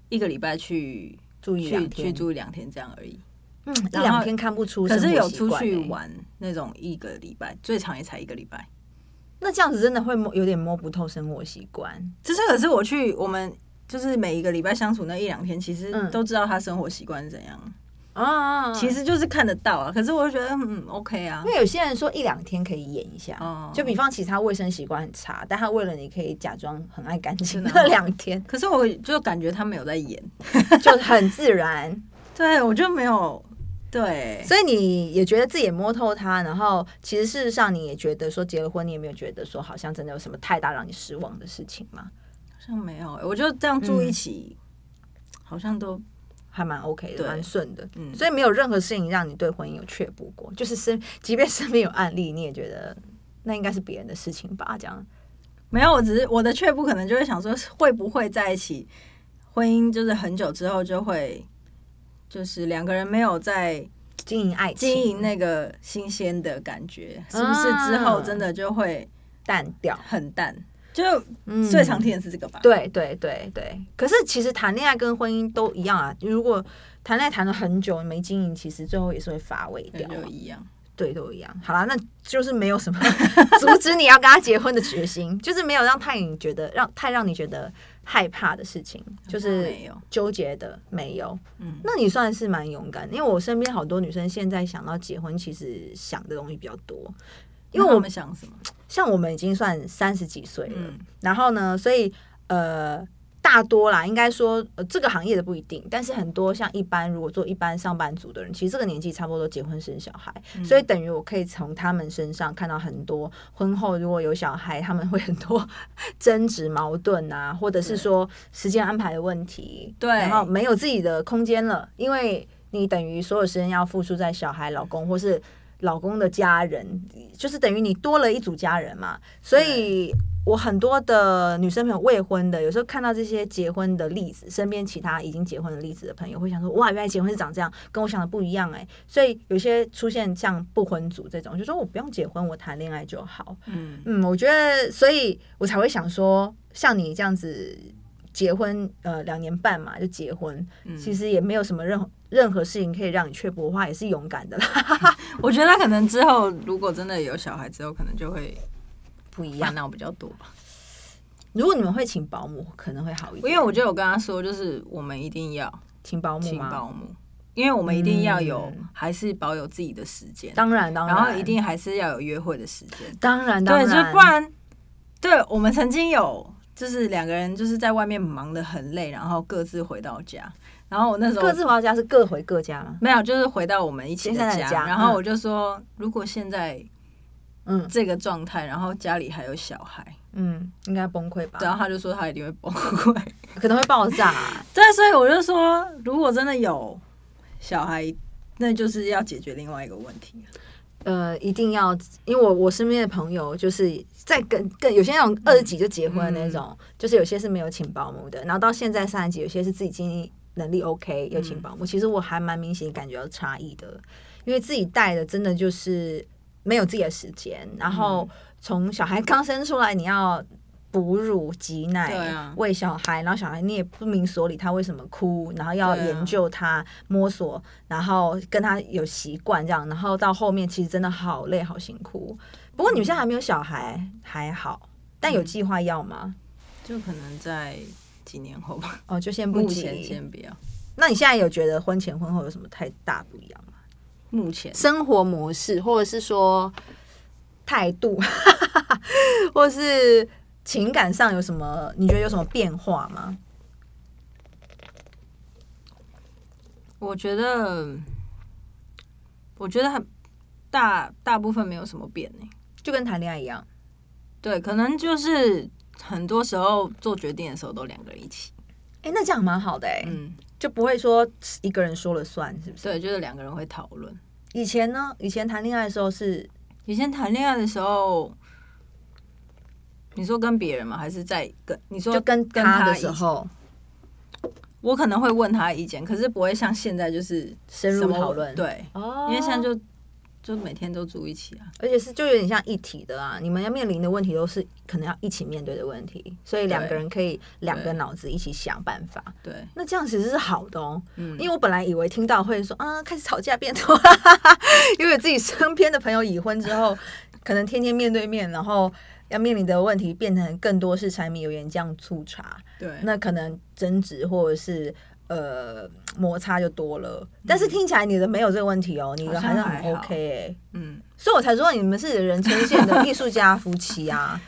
S3: 一个礼拜去
S2: 住一
S3: 去
S2: 两天，
S3: 去住两天这样而已，
S2: 嗯，一
S3: 然后
S2: 两天看不出
S3: 可
S2: 生活
S3: 是有
S2: 习
S3: 出
S2: 惯
S3: 去
S2: 欸，
S3: 玩那种一个礼拜，最长也才一个礼拜。
S2: 那这样子真的会摸有点摸不透生活习惯。
S3: 就是可是我去我们就是每一个礼拜相处那一两天，其实
S2: 嗯
S3: 都知道他生活习惯是怎样，
S2: 啊，
S3: 其实就是看得到啊。可是我就觉得嗯 OK 啊
S2: 因，为有些人说一两天可以演一下，
S3: 哦
S2: 就比方其实他卫生习惯很差，但他为了你可以假装很爱干净，
S3: 真的哦
S2: 那两天
S3: 可是我就感觉他没有在演，
S2: 就很自 然。
S3: 对我就没有对，
S2: 所以你也觉得自己也摸透他，然后其实事实上你也觉得说结了婚，你也没有觉得说好像真的有什么太大让你失望的事情嘛，
S3: 好像没有欸、我就这样住一起，好像都
S2: 还蛮 OK 的，
S3: 对
S2: 蛮顺的。
S3: 嗯，
S2: 所以没有任何事情让你对婚姻有却步过，就是身， 即便身边有案例，你也觉得那应该是别人的事情吧？这样，
S3: 没有，我只是我的却步可能就会想说会不会在一起，婚姻就是很久之后就会。就是两个人没有在
S2: 经营爱情，
S3: 经营那个新鲜的感觉，是不是之后真的就会
S2: 淡掉，
S3: 很淡？就
S2: 嗯
S3: 最常听的是这个吧？
S2: 对对对对，可是其实谈恋爱跟婚姻都一样啊。如果谈恋爱谈了很久没经营，其实最后也是会乏味
S3: 对，
S2: 掉啊。
S3: 就一样。
S2: 对，都一样。好啦，那就是没有什么 阻止你要跟他结婚的决心，就是没有让太你觉得让太让你觉得害怕的事情，就是
S3: 没有
S2: 纠结的没有。
S3: 嗯，
S2: 那你算是蛮勇敢，因为我身边好多女生现在想到结婚，其实想的东西比较多。因
S3: 那
S2: 为我
S3: 他
S2: 们
S3: 们想什么？
S2: 像我们已经算三十几岁了，
S3: 嗯
S2: 然后呢，所以呃，大多啦，应该说、呃、这个行业的不一定，但是很多像一般如果做一般上班族的人，其实这个年纪差不多都结婚生小孩，
S3: 嗯
S2: 所以等于我可以从他们身上看到很多婚后如果有小孩，他们会很多 争执矛盾啊，或者是
S3: 对
S2: 说时间安排的问题，
S3: 对
S2: 然后没有自己的空间了，因为你等于所有时间要付出在小孩、老公或是。老公的家人，就是等于你多了一组家人嘛，所以我很多的女生朋友未婚的，有时候看到这些结婚的例子，身边其他已经结婚的例子的朋友会想说，哇，原来结婚是长这样，跟我想的不一样哎、所以有些出现像不婚族这种，就说我不用结婚，我谈恋爱就好。
S3: 嗯，
S2: 嗯，我觉得，所以我才会想说，像你这样子结婚，呃，两年半嘛就结婚，
S3: 嗯
S2: 其实也没有什么任何任何事情可以让你却步的话，也是勇敢的啦，
S3: 我觉得可能之后如果真的有小孩之后，可能就会
S2: 不一
S3: 烦
S2: 样。
S3: 恼比较多吧。
S2: 如果你们会请保姆，可能会好一
S3: 因
S2: 点。
S3: 为我就有跟他说，就是我们一定要
S2: 请保姆
S3: 请
S2: 吗？
S3: 保姆，因为我们一定要有
S2: 嗯，
S3: 还是保有自己的时间，
S2: 当然，当
S3: 然
S2: 然，
S3: 后一定还是要有约会的时间。
S2: 当然，当
S3: 对，
S2: 然，
S3: 就是不然，对我们曾经有就是两个人就是在外面忙得很累，然后各自回到家，然后我那时候
S2: 各自回到家是各回各家吗？
S3: 没有，就是回到我们一起的
S2: 现在
S3: 家，
S2: 的家
S3: 然后
S2: 嗯
S3: 我就说，如果现在
S2: 嗯
S3: 这个状态，然后家里还有小孩，
S2: 嗯，应该崩溃吧？
S3: 然后他就说他一定会崩溃。
S2: 可能会爆炸、啊
S3: 对，啊所以我就说，如果真的有小孩，那就是要解决另外一个问题。啊
S2: 呃，一定要，因为我我身边的朋友就是在更更有些那种二十几就结婚的那种，
S3: 嗯
S2: 就是有些是没有请保姆的，然后到现在三十几，有些是自己经济能力 OK 有请保
S3: 嗯
S2: 姆，其实我还蛮明显感觉到差异的，因为自己带的真的就是没有自己的时间，然
S3: 嗯
S2: 后从小孩刚生出来你要。哺乳、挤奶、
S3: 对啊
S2: 喂小孩，然后小孩你也不明所理，他为什么哭，然后要
S3: 对啊
S2: 研究他、摸索，然后跟他有习惯这样，然后到后面其实真的好累、好辛苦。不过你们现在还没有小孩，还好，但有计划要吗？
S3: 就可能在几年后吧，
S2: 哦，就先不
S3: 目前
S2: 急。
S3: 先不要。
S2: 那你现在有觉得婚前婚后有什么太大不一样吗？
S3: 目前
S2: 生活模式，或者是说态度， 或是情感上有什么？你觉得有什么变化吗？
S3: 我觉得，我觉得很大大部分没有什么变呢、欸
S2: 就跟谈恋爱一样，
S3: 对，可能就是很多时候做决定的时候都两个人一起。
S2: 哎、那这样蛮好的哎、
S3: 嗯，
S2: 就不会说一个人说了算，是不是？
S3: 对，就是两个人会讨论。
S2: 以前呢，以前谈恋爱的时候是
S3: 以前谈恋爱的时候，你说跟别人吗？还是在跟你说
S2: 就跟
S3: 跟
S2: 他的
S3: 一起
S2: 时候
S3: 我可能会问他意见，可是不会像现在就是
S2: 深入
S3: 什么
S2: 讨论，，
S3: 对，
S2: 哦
S3: 因为现在就就每天都住一起啊，
S2: 而且是就有点像一体的啊，你们要面临的问题都是可能要一起面对的问题，所以两个人可以两个脑子一起想办法。
S3: 对，
S2: 那这样其实是好的哦，
S3: 嗯，
S2: 因为我本来以为听到会说啊，开始吵架变多， 哈哈哈因为我自己身边的朋友已婚之 后，可能天天面对面，然后要面临的问题变成更多是柴米油盐酱醋茶，
S3: 对，
S2: 那可能争执或者是呃摩擦就多了。但是听起来你的没有这个问题哦，你的
S3: 嗯好像
S2: 还是很
S3: 还好
S2: OK 哎、
S3: 嗯，
S2: 所以我才说你们是人称线的艺术家夫妻 啊。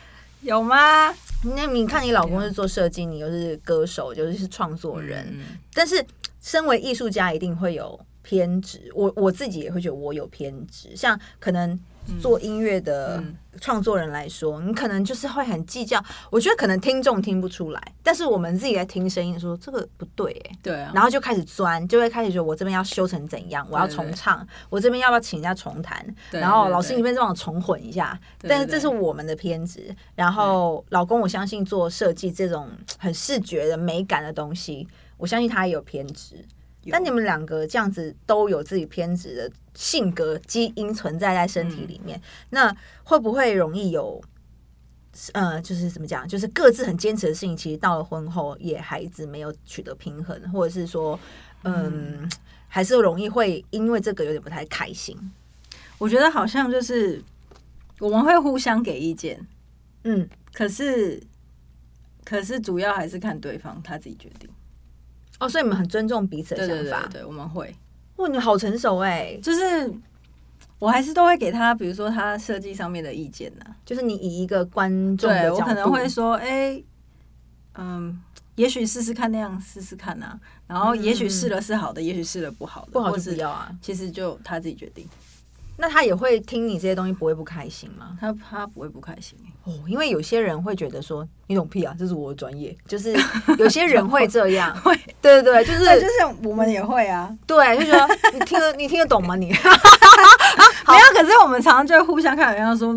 S3: 有吗？
S2: 那你看，你老公是做设计，你又是歌手，又是创作人，
S3: 啊嗯
S2: 但是身为艺术家一定会有偏执。我我自己也会觉得我有偏执，像可能。做音乐的
S3: 嗯
S2: 创作人来说，你可能就是会很计较。我觉得可能听众听不出来，但是我们自己来听声音说这个不对、欸，
S3: 对啊，
S2: 然后就开始钻，就会开始觉得我这边要修成怎样，我要
S3: 对
S2: 重唱，我这边要不要请人家重弹，
S3: 对
S2: 然后
S3: 对
S2: 老师
S3: 对
S2: 你这边帮我重混一下。
S3: 对
S2: 但是
S3: 对
S2: 这是我们的偏执。然后老公，我相信做设计这种很视觉的美感的东西，我相信他也有偏执。
S3: 有
S2: 但你们两个这样子都有自己偏执的性格基因存在在身
S3: 嗯
S2: 体里面，那会不会容易有？呃，就是怎么讲，就是各自很坚持的事情，其实到了婚后也孩子没有取得平衡，或者是说，嗯，还是容易会因为这个有点不太开心。
S3: 我觉得好像就是我们会互相给意见，
S2: 嗯，
S3: 可是可是主要还是看对方他自己决定，
S2: 哦，所以你们很尊重彼此的
S3: 对
S2: 想
S3: 对
S2: 法
S3: 对。对，我们会
S2: 哇，你好成熟哎、
S3: 就是。我还是都会给他，比如说他设计上面的意见呐、啊
S2: 就是你以一个观众的
S3: 对
S2: 角
S3: 我
S2: 度，
S3: 可能会说，哎、嗯，也许试试看那样试试看呐、然后也许试了是好的，也许试了不好的，
S2: 嗯不好
S3: 或
S2: 就不
S3: 是
S2: 要啊。
S3: 其实就他自己决定，
S2: 那他也会听你这些东西，不会不开心吗？
S3: 他他不会不开心、
S2: 哦，因为有些人会觉得说你懂屁啊，这是我的专业，就是有些人会这样，
S3: 会，
S2: 对对对，嗯就是
S3: 对，就是我们也会啊，
S2: 对，就觉得你听得你听得懂吗？你
S3: 没有，可是我们常常就会互相看，人家说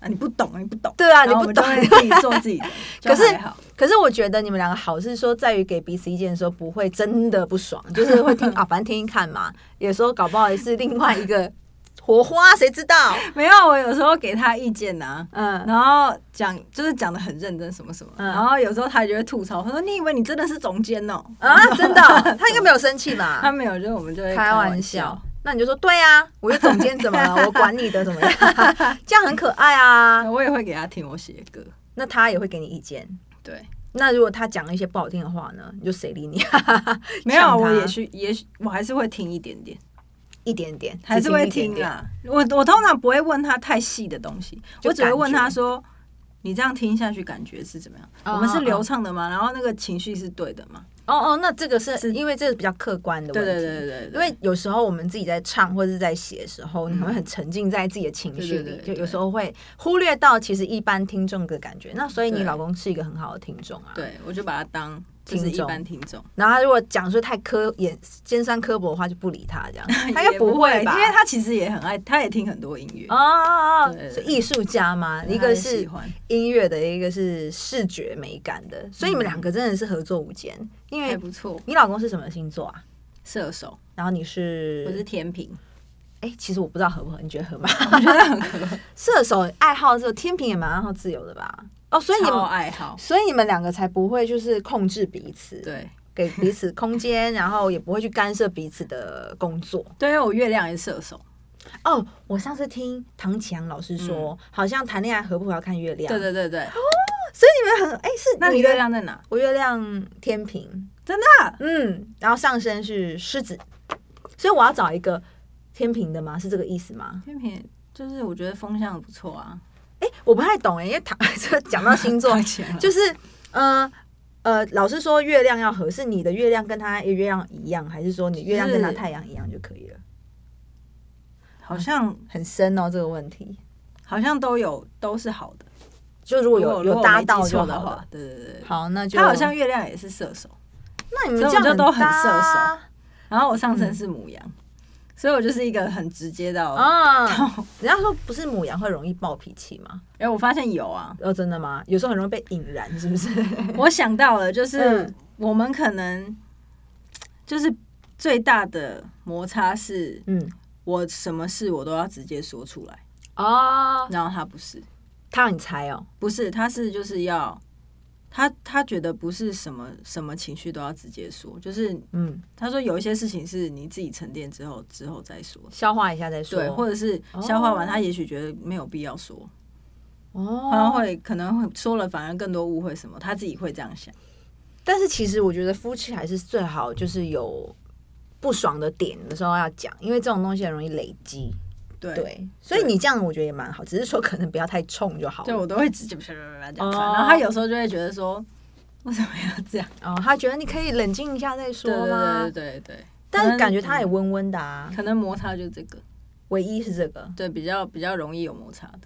S3: 啊你不懂，你不懂，
S2: 对啊，
S3: 然
S2: 你
S3: 后哦我
S2: 不
S3: 们
S2: 懂
S3: 就。 会自己做自己的，
S2: 可是
S3: 就还好
S2: 可是我觉得你们两个好是说，在于给彼此意见的时候不会真的不爽，就是 会听啊，反正听听看嘛。有时候搞不好也是另外一个火花，谁知道？
S3: 没有，我有时候给他意见呐、
S2: 嗯，
S3: 然后讲就是讲的很认真什么什么，
S2: 嗯
S3: 然后有时候他也就会吐槽，他说你以为你真的是总监哦、
S2: 啊，真的哦、他应该没有生气 吧？
S3: 他没有，就是我们就会
S2: 开
S3: 玩
S2: 玩笑。。那你就说对啊，我就总监怎么了？我管你的怎么样？ 这样很可爱啊。
S3: 我也会给他听我写的歌，
S2: 那他也会给你意见。
S3: 对，
S2: 那如果他讲了一些不好听的话呢？你就谁理你？
S3: 没有，啊
S2: 呛
S3: 我
S2: 他
S3: 也许也许我还是会听一点点，
S2: 一点点，
S3: 还是会
S2: 只一点
S3: 听啊
S2: 点。
S3: 啦。我我通常不会问他太细的东西，
S2: 就
S3: 我只会问
S2: 感
S3: 他
S2: 觉
S3: 说：“你这样听下去感觉是怎么样？
S2: 哦
S3: 我们是
S2: 哦哦
S3: 流畅的吗？然后那个情绪是对的吗？
S2: 哦哦，那这个是因为这是比较客观的
S3: 对
S2: 问题。
S3: 对对对
S2: 因
S3: 对，
S2: 为有时候我们自己在唱或者是在写的时候，你会很沉浸在自己的情绪
S3: 对对
S2: 里，
S3: 对
S2: 就
S3: 对
S2: 有时候会忽略到其实一般听众的感觉。那所以你
S3: 对
S2: 老公是一个很好的听众啊。。
S3: 对我就把它当就是
S2: 听
S3: 一
S2: 众
S3: 般听众，
S2: 然后他如果讲出太科严尖酸刻薄的话，就不理他 这样，他应该
S3: 也
S2: 不会吧？
S3: 因为他其实也很爱，他也听很多音乐，
S2: 哦哦哦
S3: 对，对
S2: 是
S3: 对
S2: 艺术家嘛，一
S3: 他
S2: 个
S3: 也
S2: 是
S3: 喜欢
S2: 音乐的，一个是视觉美感的，所以你们两个真的是合作无间。因
S3: 嗯还
S2: 为
S3: 不错。
S2: 你老公是什么星座啊？
S3: 哎射手，
S2: 然后你是
S3: 我是天 平，
S2: 哎、其实我不知道合不合，你觉得 合吗？我觉得很合。射手爱好自由，天平也蛮爱好自由的吧？哦，所以你
S3: 超
S2: 们，
S3: 爱好，
S2: 所以你们两个才不会就是控制彼此，
S3: 对。
S2: 给彼此空间，然后也不会去干涉彼此的工作。
S3: 对，因为我月亮也是射手，
S2: 哦，我上次听唐启阳老师说，好像谈恋爱合不合要看月亮。
S3: 嗯对，对对对。
S2: 所以你们很哎、是
S3: 那你
S2: 你的
S3: 月亮在哪？
S2: 我月亮天平，
S3: 真的啊？
S2: 嗯，然后上升是狮子，所以我要找一个天平的吗？是这个意思吗？
S3: 天平就是我觉得风向不错啊，
S2: 哎、我不太懂哎、因为唐 这讲到星座
S3: 太，强了
S2: 就是呃呃，老师说月亮要合，是你的月亮跟他月亮一样，还是说你月亮跟他
S3: 是
S2: 太阳一样就可以了？
S3: 好像
S2: 很深哦，这个问题。
S3: 好像都有都是好的。
S2: 就如果有
S3: 如
S2: 有
S3: 果
S2: 搭
S3: 没记
S2: 到就
S3: 错
S2: 好
S3: 的
S2: 了
S3: 话，，对对对。
S2: 好，那就
S3: 他好像月亮也是射手，
S2: 那你们
S3: 所以
S2: 这
S3: 我
S2: 样
S3: 们就都很
S2: 搭啊
S3: 射然后我上身是母羊，所以我就是一个很直接到。哎、
S2: 啊。人家说不是母羊会容易暴脾气吗？
S3: 我发现有啊，
S2: 哦，真的吗？有时候很容易被引燃，是不是？
S3: 我想到了，就是
S2: 嗯
S3: 我们可能就是最大的摩擦是
S2: 嗯，
S3: 我什么事我都要直接说出来，
S2: 哦，
S3: 然后他不是，
S2: 他让你猜哦，
S3: 不是，他是就是要他他觉得不是什么什么情绪都要直接说，就是
S2: 嗯，
S3: 他说有一些事情是你自己沉淀之后之后再说，
S2: 消化一下再说，
S3: 对，或者是消化完，
S2: 哦
S3: 他也许觉得没有必要说，
S2: 哦，
S3: 他会可能会说了反而更多误会什么，他自己会这样想。
S2: 但是其实我觉得夫妻还是最好，就是有不爽的点的时候要讲，因为这种东西很容易累积。
S3: 对，
S2: 对，所以你这样我觉得也蛮好，只是说可能不要太冲就好
S3: 对
S2: 了。
S3: 我都会直接 啪啪啪啪讲出来，
S2: 哦
S3: 然后他有时候就会觉得说。为什么要这样？
S2: 哦，他觉得你可以冷静一下再说
S3: 对对
S2: 嘛
S3: 对，对对，
S2: 但
S3: 可
S2: 是
S3: 能
S2: 感觉他也温温的啊。
S3: 可能摩擦就这个，
S2: 唯一是这个，
S3: 对，比较比较容易有摩擦的。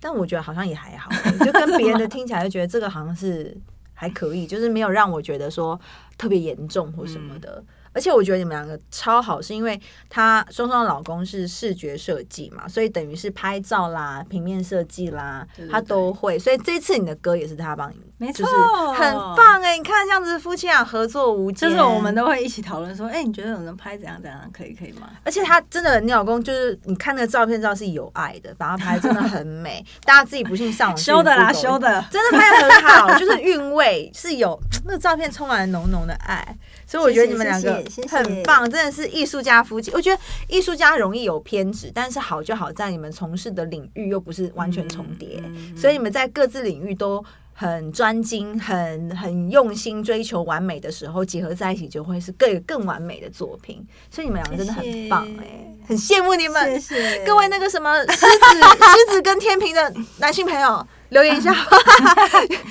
S2: 但我觉得好像也还好，欸就跟别人的听起来就觉得这个好像是还可以，就是没有让我觉得说特别严重或什么
S3: 嗯
S2: 的。而且我觉得你们两个超好，是因为她双双的老公是视觉设计嘛，所以等于是拍照啦、平面设计啦
S3: 对，对
S2: 他都会。所以这次你的歌也是他帮你，
S3: 没
S2: 就
S3: 错
S2: 是很棒哎、你看这样子夫妻俩合作无间，
S3: 就是我们都会一起讨论说，哎、你觉得我能拍怎样怎样，可以可以吗？
S2: 而且他真的，你老公就是你看那个照片照是有爱的，把他拍得真的很美， 大家自己不信上网去
S3: 修的啦，
S2: Google
S3: 修的。
S2: 真的拍的很好， 就是韵味是有那个照片充满了浓浓的爱，所以我觉得你们两个
S3: 谢谢谢谢
S2: 很棒，真的是艺术家夫妻。我觉得艺术家容易有偏执，但是好就好在你们从事的领域又不是完全重叠，
S3: 嗯嗯
S2: 所以你们在各自领域都。很专精、很很用心追求完美的时候，结合在一起就会是更更完美的作品。所以你们两个真的
S3: 谢
S2: 很
S3: 谢
S2: 棒哎、很羡慕你们。
S3: 谢谢
S2: 各位那个什么 狮子、狮子跟天平的男性朋友留言 一下，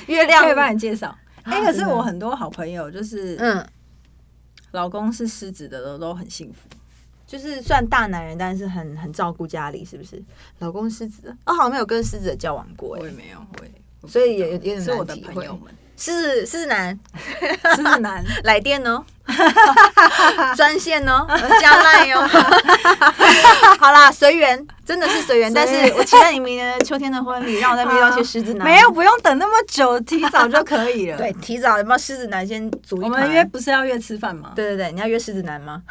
S2: 月亮
S3: 可以帮你介绍。哎、可
S2: 真
S3: 是
S2: 的
S3: 我很多好朋友就是
S2: 嗯，
S3: 老公是狮子的，都都很幸福。
S2: 就是算大男人，但是很很照顾家里，是不是？老公狮子，哦，好像没有跟狮子的交往
S3: 我
S2: 过哎
S3: 也，没有，我也我不知道
S2: 所以也有点
S3: 是我
S2: 难
S3: 的
S2: 体
S3: 朋
S2: 会
S3: 友。们，
S2: 狮子狮子男
S3: 狮子男，
S2: 来电哦，专线哦，加赖哦。 好啦，随缘，真的是随缘。但
S3: 随
S2: 是
S3: 缘
S2: 我期待你明年的秋天的婚礼，让我再 遇到一些狮子 男。
S3: 没有，不用等那么久，提早就可以了。
S2: 对，，提早有没有狮子男先组一
S3: 我们
S2: 团
S3: 约不是要约吃饭吗？
S2: 对对对，你要约狮子男吗？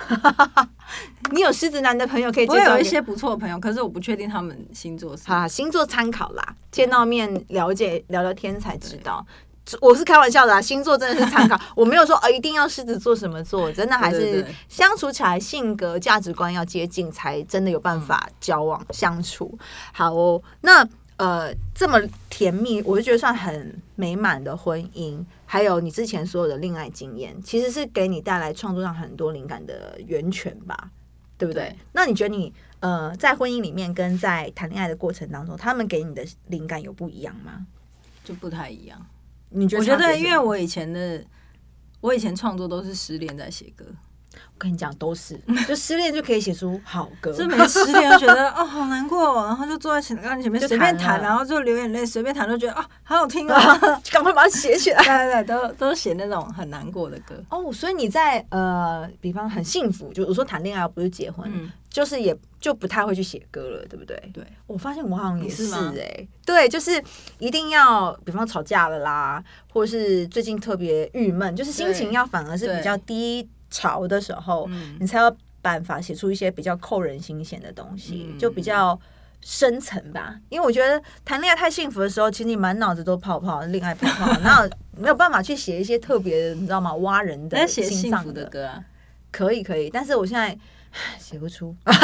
S2: 你有狮子男的朋友可以
S3: 我
S2: 介绍
S3: 有
S2: 给
S3: 一些不错的朋友，可是我不确定他们星座是。
S2: 好星座参考啦，见到面了解聊聊天才知道。我是开玩笑的啦，星座真的是 参考，我没有说哦一定要狮子座什么座，真的还
S3: 对对
S2: 是
S3: 对
S2: 相处起来性格价值观要接近，才真的有办
S3: 嗯
S2: 法交往相处。好哦，那呃这么甜蜜，我就觉得算很美满的婚姻，还有你之前所有的恋爱经验，其实是给你带来创作上很多灵感的源泉吧，对不对？
S3: 对
S2: 那你觉得你呃在婚姻里面跟在谈恋爱的过程当中，他们给你的灵感有不一样吗？
S3: 就不太一样。
S2: 你觉
S3: 我
S2: 得
S3: 觉
S2: 差别是什么？
S3: 得，因为我以前的，我以前创作都是失恋在写歌，
S2: 我跟你讲，都 是就失恋 就可以写出好歌，
S3: 就是每次失恋就觉 得哦好难过哦，然后就坐在琴钢琴前面
S2: 就
S3: 随便
S2: 弹
S3: 弹，
S2: 了
S3: 然后就流眼泪，随便弹都觉得哦好好听 哦。
S2: 赶快把它写起来
S3: 对。对对，都都写那种很难过的歌。
S2: 哦，所以你在呃，比方很幸福，就我说谈恋爱不是结婚，
S3: 嗯，
S2: 就是也就不太会去写歌了，对不对？
S3: 对，
S2: 我发现我好像也
S3: 你
S2: 是
S3: 是吗
S2: 哎、对，就是一定要，比方吵架了啦，或是最近特别郁闷，就是心情
S3: 对
S2: 要反而是比
S3: 对
S2: 较低潮的时候，
S3: 嗯
S2: 你才有办法写出一些比较扣人心弦的东西，
S3: 嗯
S2: 就比较。深层吧，因为我觉得谈恋爱太幸福的时候，其实你满脑子都泡泡，恋爱泡泡，那没有办法去写一些特别的，你知道吗？挖人 的
S3: 在写
S2: 心
S3: 幸
S2: 脏
S3: 福的歌啊，
S2: 可以可以，但是我现在唉写 不出， 是直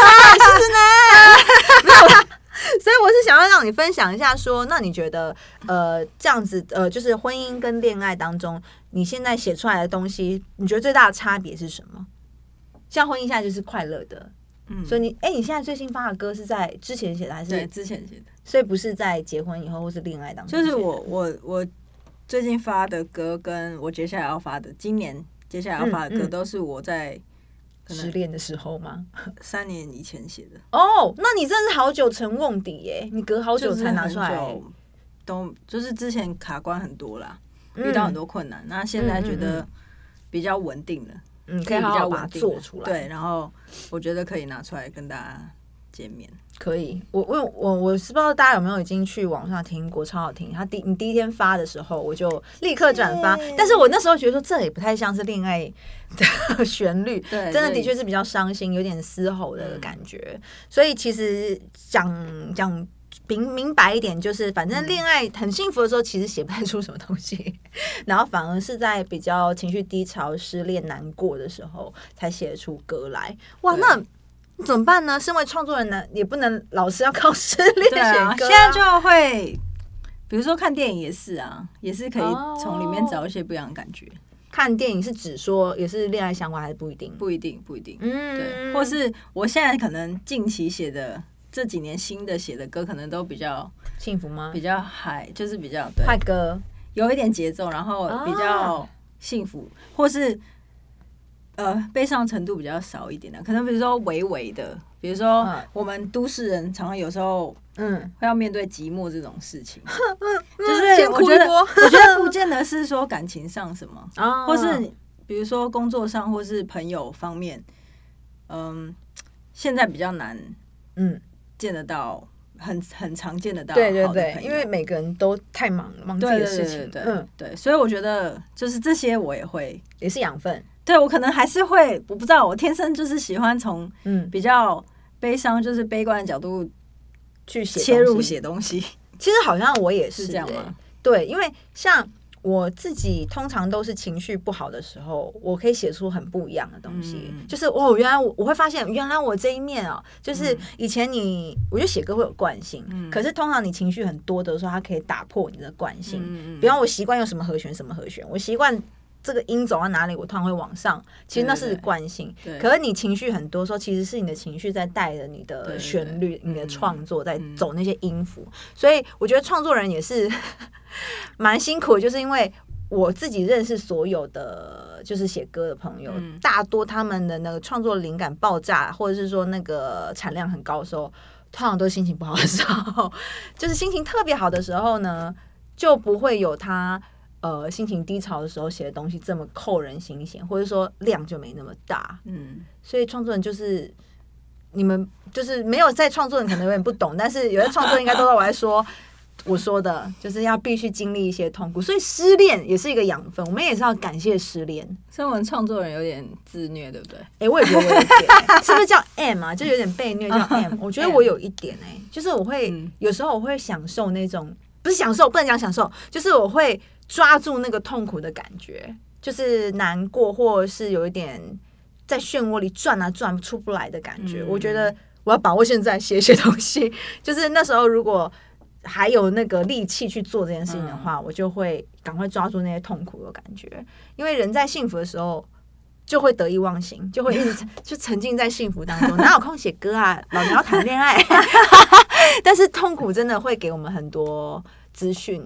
S2: 男，是直男。没有所以我是想要让你分享一下说那你觉得呃这样子呃，就是婚姻跟恋爱当中，你现在写出来的东西，你觉得最大的差别是什么？像婚姻现在就是快乐的，
S3: 嗯，
S2: 所以你哎、你现在最新发的歌是在之前写的还
S3: 对
S2: 是？
S3: 之前写的，
S2: 所以不是在结婚以后或是恋爱当中
S3: 就
S2: 写的？
S3: 是我我我最近发的歌，跟我接下来要发的，今年接下来要发的
S2: 嗯
S3: 歌，
S2: 嗯
S3: 都是我在可
S2: 失
S3: 能
S2: 恋的时候吗？
S3: 三年以前写的，
S2: 哦，那你真的是好久成瓮底耶，你隔好久
S3: 就是
S2: 才拿出来
S3: 很久都就是之前卡关很多啦，
S2: 嗯
S3: 遇到很多困难，那现在觉得比较稳定了，
S2: 嗯，
S3: 可
S2: 可
S3: 以
S2: 以
S3: 比
S2: 好
S3: 较
S2: 好把它
S3: 稳定
S2: 做
S3: 了
S2: 出来。
S3: 对，，然后我觉得可以拿出来跟大家见面。
S2: 可以。我我我我是不知道大家有没有已经去网上听过，超好听。他第你第一天发的时候，我就立刻转发。但是我那时候觉得说，这也不太像是恋爱的 旋律，
S3: 对嗯
S2: 真的
S3: 对
S2: 的确是比较伤心，有点嘶吼的感觉。所以其实讲讲。明明白一点，就是反
S3: 嗯
S2: 正恋爱很幸福的时候，其实写不太出什么东西， 然后反而是在比较情绪低潮、失恋、难过的时候才写出歌来。哇，
S3: 对
S2: 那怎么办呢？身为创作人呢，也不能老是要靠 失恋
S3: 对
S2: 写歌、
S3: 啊，现在就会。比如说看电影也是啊，也是可
S2: 哦
S3: 以从里面找一些不一样的感觉，
S2: 看电影是指说也是恋爱相关，还是不一定？
S3: 不一定不一定。对，
S2: 嗯
S3: 或是我现在可能近期写的这几年新的写的歌，可能都比较
S2: 幸福吗
S3: 比？较嗨，就是比较对，
S2: 快歌
S3: 有一点节奏，然后比较
S2: 啊
S3: 幸福，或是呃悲伤程度比较少一点的，可能比如说微微的，比如说
S2: 嗯
S3: 我们都市人常常有时候
S2: 嗯，
S3: 会要面对寂寞这种事 情，就
S2: 先
S3: 是我
S2: 哭
S3: 觉
S2: 一
S3: 得
S2: 波
S3: 我觉得不见得是说感情上什 么，
S2: 啊
S3: 或是比如说工作上或是朋友方面，嗯，现在比较难
S2: 嗯，
S3: 见得到，很很常见得到好的
S2: 对
S3: 朋
S2: 对
S3: 友。
S2: 对，因为每个人都太忙了，忙自己
S3: 对
S2: 的
S3: 对对
S2: 事
S3: 对
S2: 情，
S3: 对、
S2: 嗯，
S3: 对，所以我觉得就是这些我也会，
S2: 也是养分，
S3: 对我可能还是会，我不知道，我天生就是喜欢从
S2: 嗯，
S3: 比较悲伤就是悲观的角度
S2: 去写
S3: 切入
S2: 东西
S3: 写东西，
S2: 其实好像我也是、
S3: 是这样
S2: 欸
S3: 吗？
S2: 对，因为像我自己通常都是情绪不好的时候，我可以写出很不一样的东西。
S3: 嗯
S2: 就是哦，原来我我会发现，原来我这一面哦，就是
S3: 嗯
S2: 以前你，我觉得写歌会有惯性，
S3: 嗯
S2: 可是通常你情绪很多的时候，它可以打破你的惯性。
S3: 嗯
S2: 比方我习惯用什么和弦什么和弦，我习惯这个音走到哪里，我突然会往上，其实那
S3: 对
S2: 是
S3: 对对
S2: 惯性。
S3: 对
S2: 可是你情绪很多时候，其实是你的情绪在带着你
S3: 对
S2: 的
S3: 对
S2: 旋律、
S3: 对
S2: 你的
S3: 嗯
S2: 创作在
S3: 嗯
S2: 走那些音符，所以我觉得创作人也是 蛮辛苦的，就是因为。我自己认识所有的就是写歌的朋友，
S3: 嗯
S2: 大多他们的那个创作灵感爆炸，或者是说那个产量很高的时候，通常都是心情不好的时候， 就是心情特别好的时候呢，就不会有他呃心情低潮的时候写的东西这么扣人心弦，或者说量就没那么大。
S3: 嗯，
S2: 所以创作人就是你们就是没有在创作人可能有点不懂，但是有些创作人应该都知道我在说。我说的就是要必须经历一些痛苦，所以失恋也是一个养分，我们也是要感谢失恋。
S3: 所以我们创作人有点自虐，对不对？
S2: 哎、我也觉得我有一点欸、是不 是叫 M 啊？就有点被虐叫 M。我觉得我有一点哎、就是我会、
S3: 嗯
S2: 有时候我会享受那种，不是享受，不能讲享受，就是我会抓住那个痛苦的感觉，就是难过或者是有一点在漩涡里转啊转出不来的感觉。
S3: 嗯
S2: 我觉得我要把握现在写一些东西， 就是那时候如果。还有那个力气去做这件事情的话，
S3: 嗯
S2: 我就会赶快抓住那些痛苦的感觉，因为人在幸福的时候，就会得意忘形，就会一 直就沉浸在幸福当中，哪有空写 歌啊？老娘要谈恋爱。但是痛苦真的会给我们很多资讯，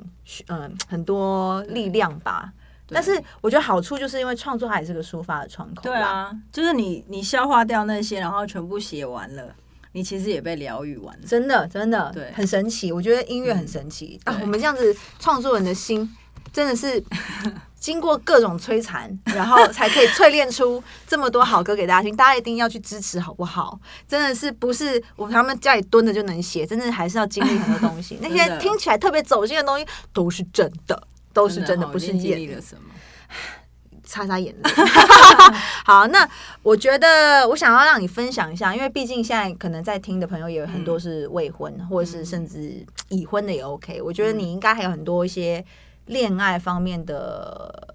S2: 嗯，很多力量吧。但是我觉得好处就是因为创作它也是个抒发的窗口，
S3: 对，啊，就是你你消化掉那些，然后全部写完了，你其实也被疗愈完了。
S2: 真的真的，
S3: 对嗯
S2: 很神奇。我觉得音乐很神奇、啊！
S3: 对
S2: 我们这样子创作人的心真的是 经过各种摧残，然后才可以淬炼出这么多好歌给大家听。大家一定要去支持，好不好？真的是不是我他们家里蹲着就能写，真的还是要经历很多东西。那
S3: 真
S2: 些
S3: 的
S2: 听起来特别走心的东西都是真的，都是真的，
S3: 哦
S2: 不是
S3: 你经
S2: 演
S3: 历了什么？
S2: 擦擦眼泪。 好，那我觉得我想要让你分享一下，因为毕竟现在可能在听的朋友也有很多是未婚，
S3: 嗯
S2: 或者是甚至已婚的也 OK。我觉得你应该还有很多一些恋爱方面的。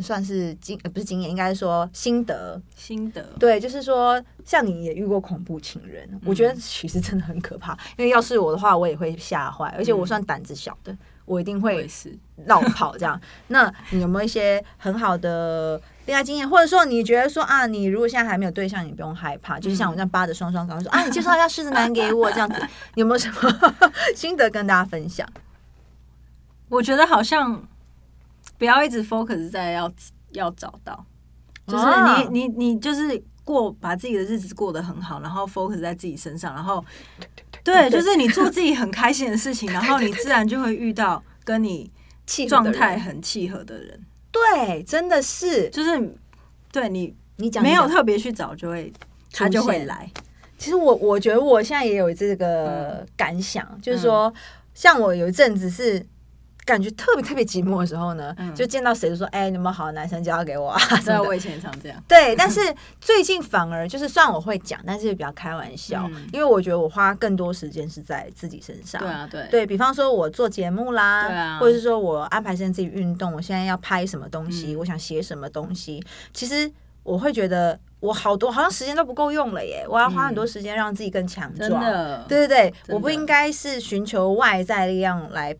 S2: 算是经呃不是经验，应该说心得。
S3: 心得。
S2: 对，就是说，像你也遇过恐怖情人，
S3: 嗯
S2: 我觉得其实真的很可怕。因为要是我的话，我也会吓坏，而且我算胆子小的，我一定
S3: 我
S2: 会
S3: 也是，
S2: 绕 跑这样。那你有没有一些很好的恋爱经验，或者说你觉得说啊，你如果现在还没有对象，你不用害
S3: 嗯
S2: 怕，就是像我这样扒着双 双刚说啊，你介绍一下狮子男给我这样子，你有没有什么心得跟大家分享？
S3: 我觉得好像不要一直 focus 在要要找到，就是你、
S2: 啊
S3: 你你就是过把自己的日子过得很好，然后 focus 在自己身上，然 后对，就是你做自己很开心的事情，然后你自然就会遇到跟你
S2: 气
S3: 状态很契合的人，
S2: 对，真的是
S3: 就是嗯对你
S2: 你讲
S3: 没有
S2: 你讲
S3: 特别去找，就会他就
S2: 出
S3: 会
S2: 现
S3: 来。
S2: 其实我我觉得我现在也有这
S3: 嗯
S2: 个感想，就是说，像我有一阵子是。感觉特别特别寂寞的时候呢，
S3: 嗯
S2: 就见到谁就说：“哎、你有没有好的男生介绍给我啊？”什
S3: 对
S2: 么
S3: 啊，
S2: 的
S3: 我以前也常这样。
S2: 对，但是最近反而就是，虽然我会讲，但是比较开玩笑，
S3: 嗯
S2: 因为我觉得我花更多时间是在自己身上。
S3: 对啊，对，
S2: 对比方说，我做节目啦，
S3: 对啊
S2: 或者是说我安排时间自己运动，我现在要拍什么东西，
S3: 嗯
S2: 我想写什么东西，其实我会觉得我好多好像时间都不够用了耶，我要花很多时间让自己更强
S3: 嗯真
S2: 壮。
S3: 的，
S2: 对对对，
S3: 真
S2: 我不
S3: 的
S2: 应该是寻求外在力量来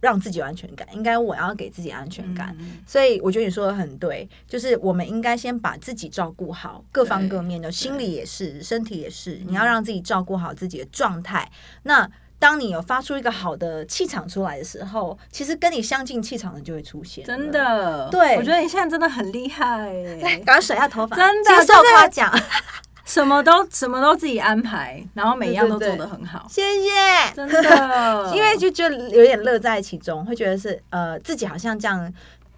S2: 让自己有安全感，应该我要给自己安全
S3: 嗯，
S2: 感。
S3: 嗯
S2: 所以我觉得你说的很对，就是我们应该先把自己照顾好，各方各面的，心理也是，身体也是，
S3: 嗯
S2: 你要让自己照顾好自己的状态。那当你有发出一个好的气场出来的时候，其实跟你相近气场的就会出现。
S3: 真，的，
S2: 对
S3: 我觉得你现在真的很厉害耶，
S2: 赶快甩下头发，
S3: 真的
S2: 接受夸奖，
S3: 什么都什么都自己安排，然后每一样都
S2: 对
S3: 做
S2: 对嗯对
S3: 得很好，
S2: 谢谢。，
S3: 真的
S2: 因为就觉得有点乐在其中，会觉得是呃自己好像这样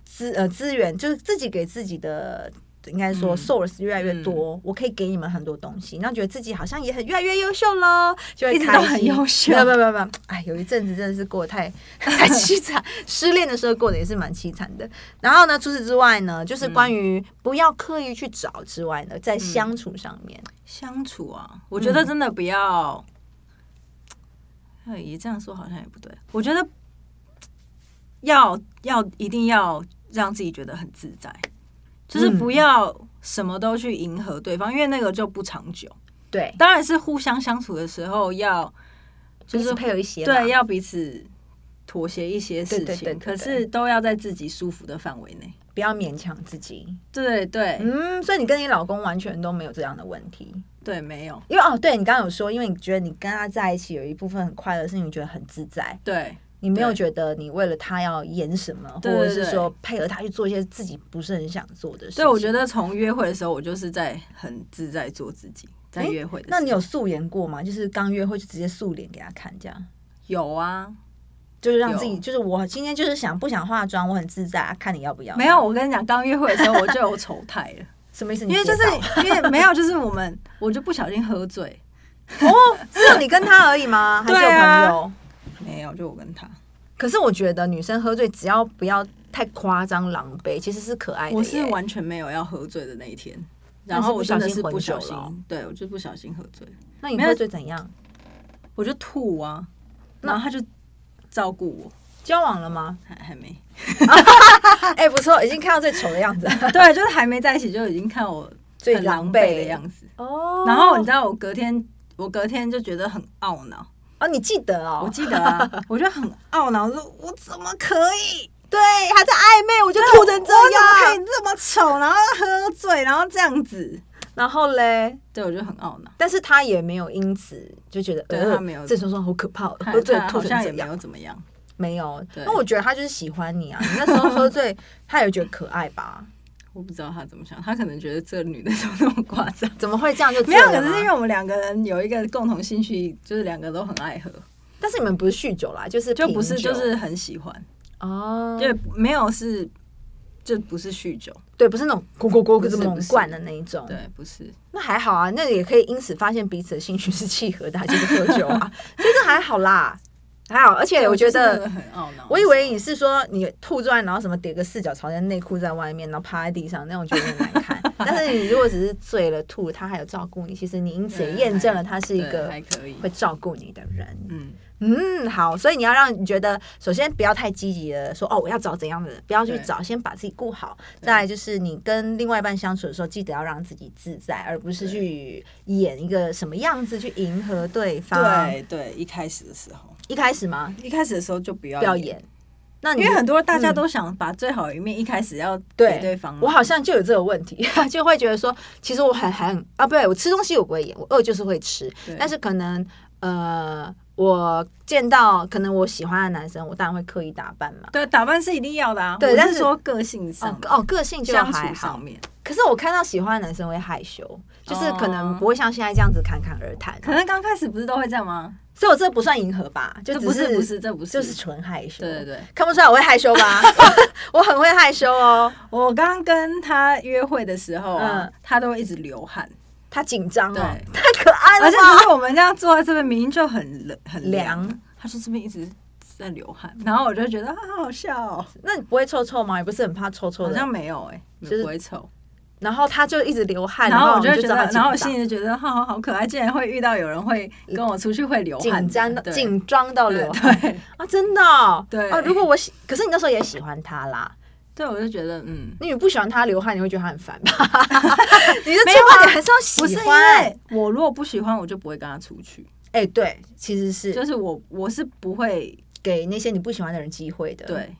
S2: 资呃资源就是自己给自己的。应该说
S3: 嗯
S2: source 越来越多，我可以给你们很多东西，然后觉得自己好像也很越来越优秀喽，就会
S3: 一直
S2: 开
S3: 都
S2: 心
S3: 很优秀
S2: 没有没有没有没有，哎，有一阵子真的是过得太 太凄惨，失恋的时候过得也是蛮凄惨的。然后呢，除此之外呢，就是
S3: 嗯
S2: 关于不要刻意去找之外呢，在相处上面，
S3: 相处啊，我
S2: 嗯
S3: 觉得真的不要，哎、也这样说好像也不对，我觉得要要一定要让自己觉得很自在，就是
S2: 嗯
S3: 不要什么都去迎合对方，因为那个就不长久。
S2: 对，
S3: 当然是互相相处的时候要，就
S2: 就是是配合一些啦
S3: 对，要彼此妥协一些事情，
S2: 对对对对
S3: 可是都要在自己舒服的范围内。
S2: 不要勉强自己，
S3: 对对、
S2: 嗯，所以你跟你老公完全都没有这样的问题，
S3: 对，没有
S2: 因为哦，对你刚刚有说，因为你觉得你跟他在一起有一部分很快乐，是你觉得很自在，
S3: 对
S2: 你没有
S3: 对
S2: 觉得你为了他要演什么，或
S3: 对
S2: 者
S3: 对
S2: 是
S3: 对
S2: 说配合他去做一些自己不是很想做的事情。
S3: 对，我觉
S2: 得，
S3: 得从约会的时候，我就是在很自在做自己，在约会的时候、
S2: 那你有素颜过吗？就是刚约会就直接素脸给他看，这样
S3: 有啊？
S2: 就是让自己，
S3: 有
S2: 就是我今天就是想不想化妆，我很自在，啊看你要不要。
S3: 没有，我跟你讲，刚约会的时候我就有丑态了，
S2: 什么意思？
S3: 因为就
S2: 你跌倒
S3: 是因为没有，就是我们我就不小心喝醉，
S2: 哦，只有你跟他而已吗？还是有
S3: 对啊
S2: 朋友？
S3: 没有，就我跟他，
S2: 可是我觉得女生喝醉只要不要太夸张狼狈，其实是可爱的耶。
S3: 我是完全没有要喝醉的那一天。然
S2: 但是
S3: 后
S2: 不
S3: 我
S2: 小
S3: 真的
S2: 心
S3: 是
S2: 混
S3: 不小
S2: 酒
S3: 心
S2: 了哦，
S3: 对我就不小心喝醉了。
S2: 那你
S3: 没有
S2: 喝醉怎样？
S3: 我就吐啊，
S2: 那
S3: 然后他就照顾我，
S2: 交往了吗？
S3: 还还 没，
S2: 哎、不错，已经看到最丑的样子
S3: 对，就是还没在一起就已经看我
S2: 最
S3: 很狼
S2: 狈
S3: 狈的样子。
S2: 哦。
S3: 然后你知道我隔天，我隔天就觉得很懊恼，
S2: 哦，你记得哦，
S3: 我记得啊，我 就很懊恼，我说我怎么可以，
S2: 对，还在暧昧，我就吐成这
S3: 我怎
S2: 样。啊
S3: 么可以这么丑，然后喝醉，然后这样子，
S2: 然后嘞，
S3: 对我就很懊恼。
S2: 但是他也没也没有因此就觉得，
S3: 对
S2: 呃
S3: 他没有
S2: 这双双好可怕哦，
S3: 他
S2: 喝醉
S3: 他
S2: 吐
S3: 好
S2: 成
S3: 像
S2: 这
S3: 也没
S2: 样
S3: 有。怎么样，
S2: 没有，
S3: 对
S2: 那我觉得他就是喜欢你啊。你那时候喝醉， 他也觉得可爱吧？
S3: 我不知道他怎么想，他可能觉得这女的 怎么那么夸张。
S2: 怎么会这样就醉
S3: 没有，
S2: 了啊
S3: 可是
S2: 吗
S3: 因为我们两个人有一个共同兴趣，就是两个都很爱喝，
S2: 但是你们不是酗酒啦，就是
S3: 就
S2: 品
S3: 不是
S2: 酒
S3: 就是很喜欢，
S2: 哦，
S3: 对，没有是就不是酗酒，
S2: 对，不是那种咕咕咕
S3: 不
S2: 就是是猛
S3: 不是
S2: 灌的那一种。
S3: 对，不是。
S2: 那还好啊，那也可以因此发现彼此的兴趣是契合的啊，就是喝 酒啊，所以这还好啦，还好。而且我觉
S3: 就是那个
S2: 得，
S3: 很懊恼，
S2: 我以为你是说你吐出来，然后什么叠个四脚朝天，内裤在外面，然后趴在地上那种，觉得有点难看。 但是你如果只是醉了吐，他还有照顾你，其实你因此也验证了他是一
S3: 对
S2: 个
S3: 还可以，
S2: 会照顾你的人。
S3: 嗯，
S2: 嗯，好，所以你要让你觉得，首先不要太积极的说哦，我要找怎样的人，不要去
S3: 对
S2: 找，先把自己顾好。
S3: 对
S2: 再来就是你跟另外一半相处的时候，记得要让自己自在，而不是
S3: 对
S2: 去演一个什么样子去迎合对方。，
S3: 对对，一开始的时候，
S2: 一开始吗？
S3: 一开始的时候就不要
S2: 不要，演。那你
S3: 因为很多大家
S2: 嗯
S3: 都想把最好的一面一开始要
S2: 对
S3: 给对方嘛，啊
S2: 我好像就有这个问题， 就会觉得说，其实我很还很啊，不对，我吃东西我不会演，我饿就是会吃
S3: 对，
S2: 但是可能呃，我见到可能我喜欢的男生，我当然会刻意打扮嘛。
S3: 对打扮是一定要的啊，
S2: 对
S3: 我
S2: 但
S3: 是
S2: 是
S3: 说个性
S2: 哦
S3: 上
S2: 哦，个性就
S3: 相
S2: 还
S3: 处
S2: 好
S3: 上，面，
S2: 可是我看到喜欢的男生会害
S3: 哦
S2: 羞，就是可能不会像现在这样子侃侃而谈，啊
S3: 可能刚开始不是都会这样吗？
S2: 所以我这不算迎合吧，就
S3: 这
S2: 只
S3: 呃不是不是这不是，
S2: 就是纯害羞。
S3: 对对对，
S2: 看不出来我会害 羞吧？我很会害羞哦。
S3: 我刚刚跟他约会的时候啊，
S2: 嗯
S3: 他都会一直流汗，
S2: 他紧张哦
S3: 对，
S2: 太可爱了
S3: 而且
S2: 吧？
S3: 如果我们这样坐在这边，明明就很冷很
S2: 凉
S3: 凉，他就这边一直在流汗，然后我就觉得啊，好好笑哦，
S2: 那你不会臭臭吗？也不是很怕臭臭
S3: 好像
S2: 的。
S3: 没有哎、
S2: 就
S3: 欸，
S2: 是
S3: 不会臭。
S2: 然后他就一直流汗，
S3: 然后我
S2: 你
S3: 就会
S2: 知
S3: 觉
S2: 道
S3: 得，
S2: 他
S3: 然后我
S2: 紧
S3: 心里就觉得，哈，好好可爱，竟然会遇到有人会跟我出去会流汗
S2: 张
S3: 的，
S2: 嗯紧张到
S3: 对对
S2: 紧张到流汗
S3: 对
S2: 啊！真的哦
S3: 对
S2: 哦。如果我喜，可是你那时候也喜欢他啦。
S3: 对，我就觉得嗯，
S2: 你不喜欢他流汗，你会觉得他很 烦吧？你的
S3: 没
S2: 出
S3: 有啊
S2: 发点还是要喜
S3: 不是因
S2: 欢。
S3: 为我如果不喜欢，我就不会跟他出去，
S2: 哎、对，其实是
S3: 就是我我是不会
S2: 给那些你不喜欢的人机会的。，
S3: 对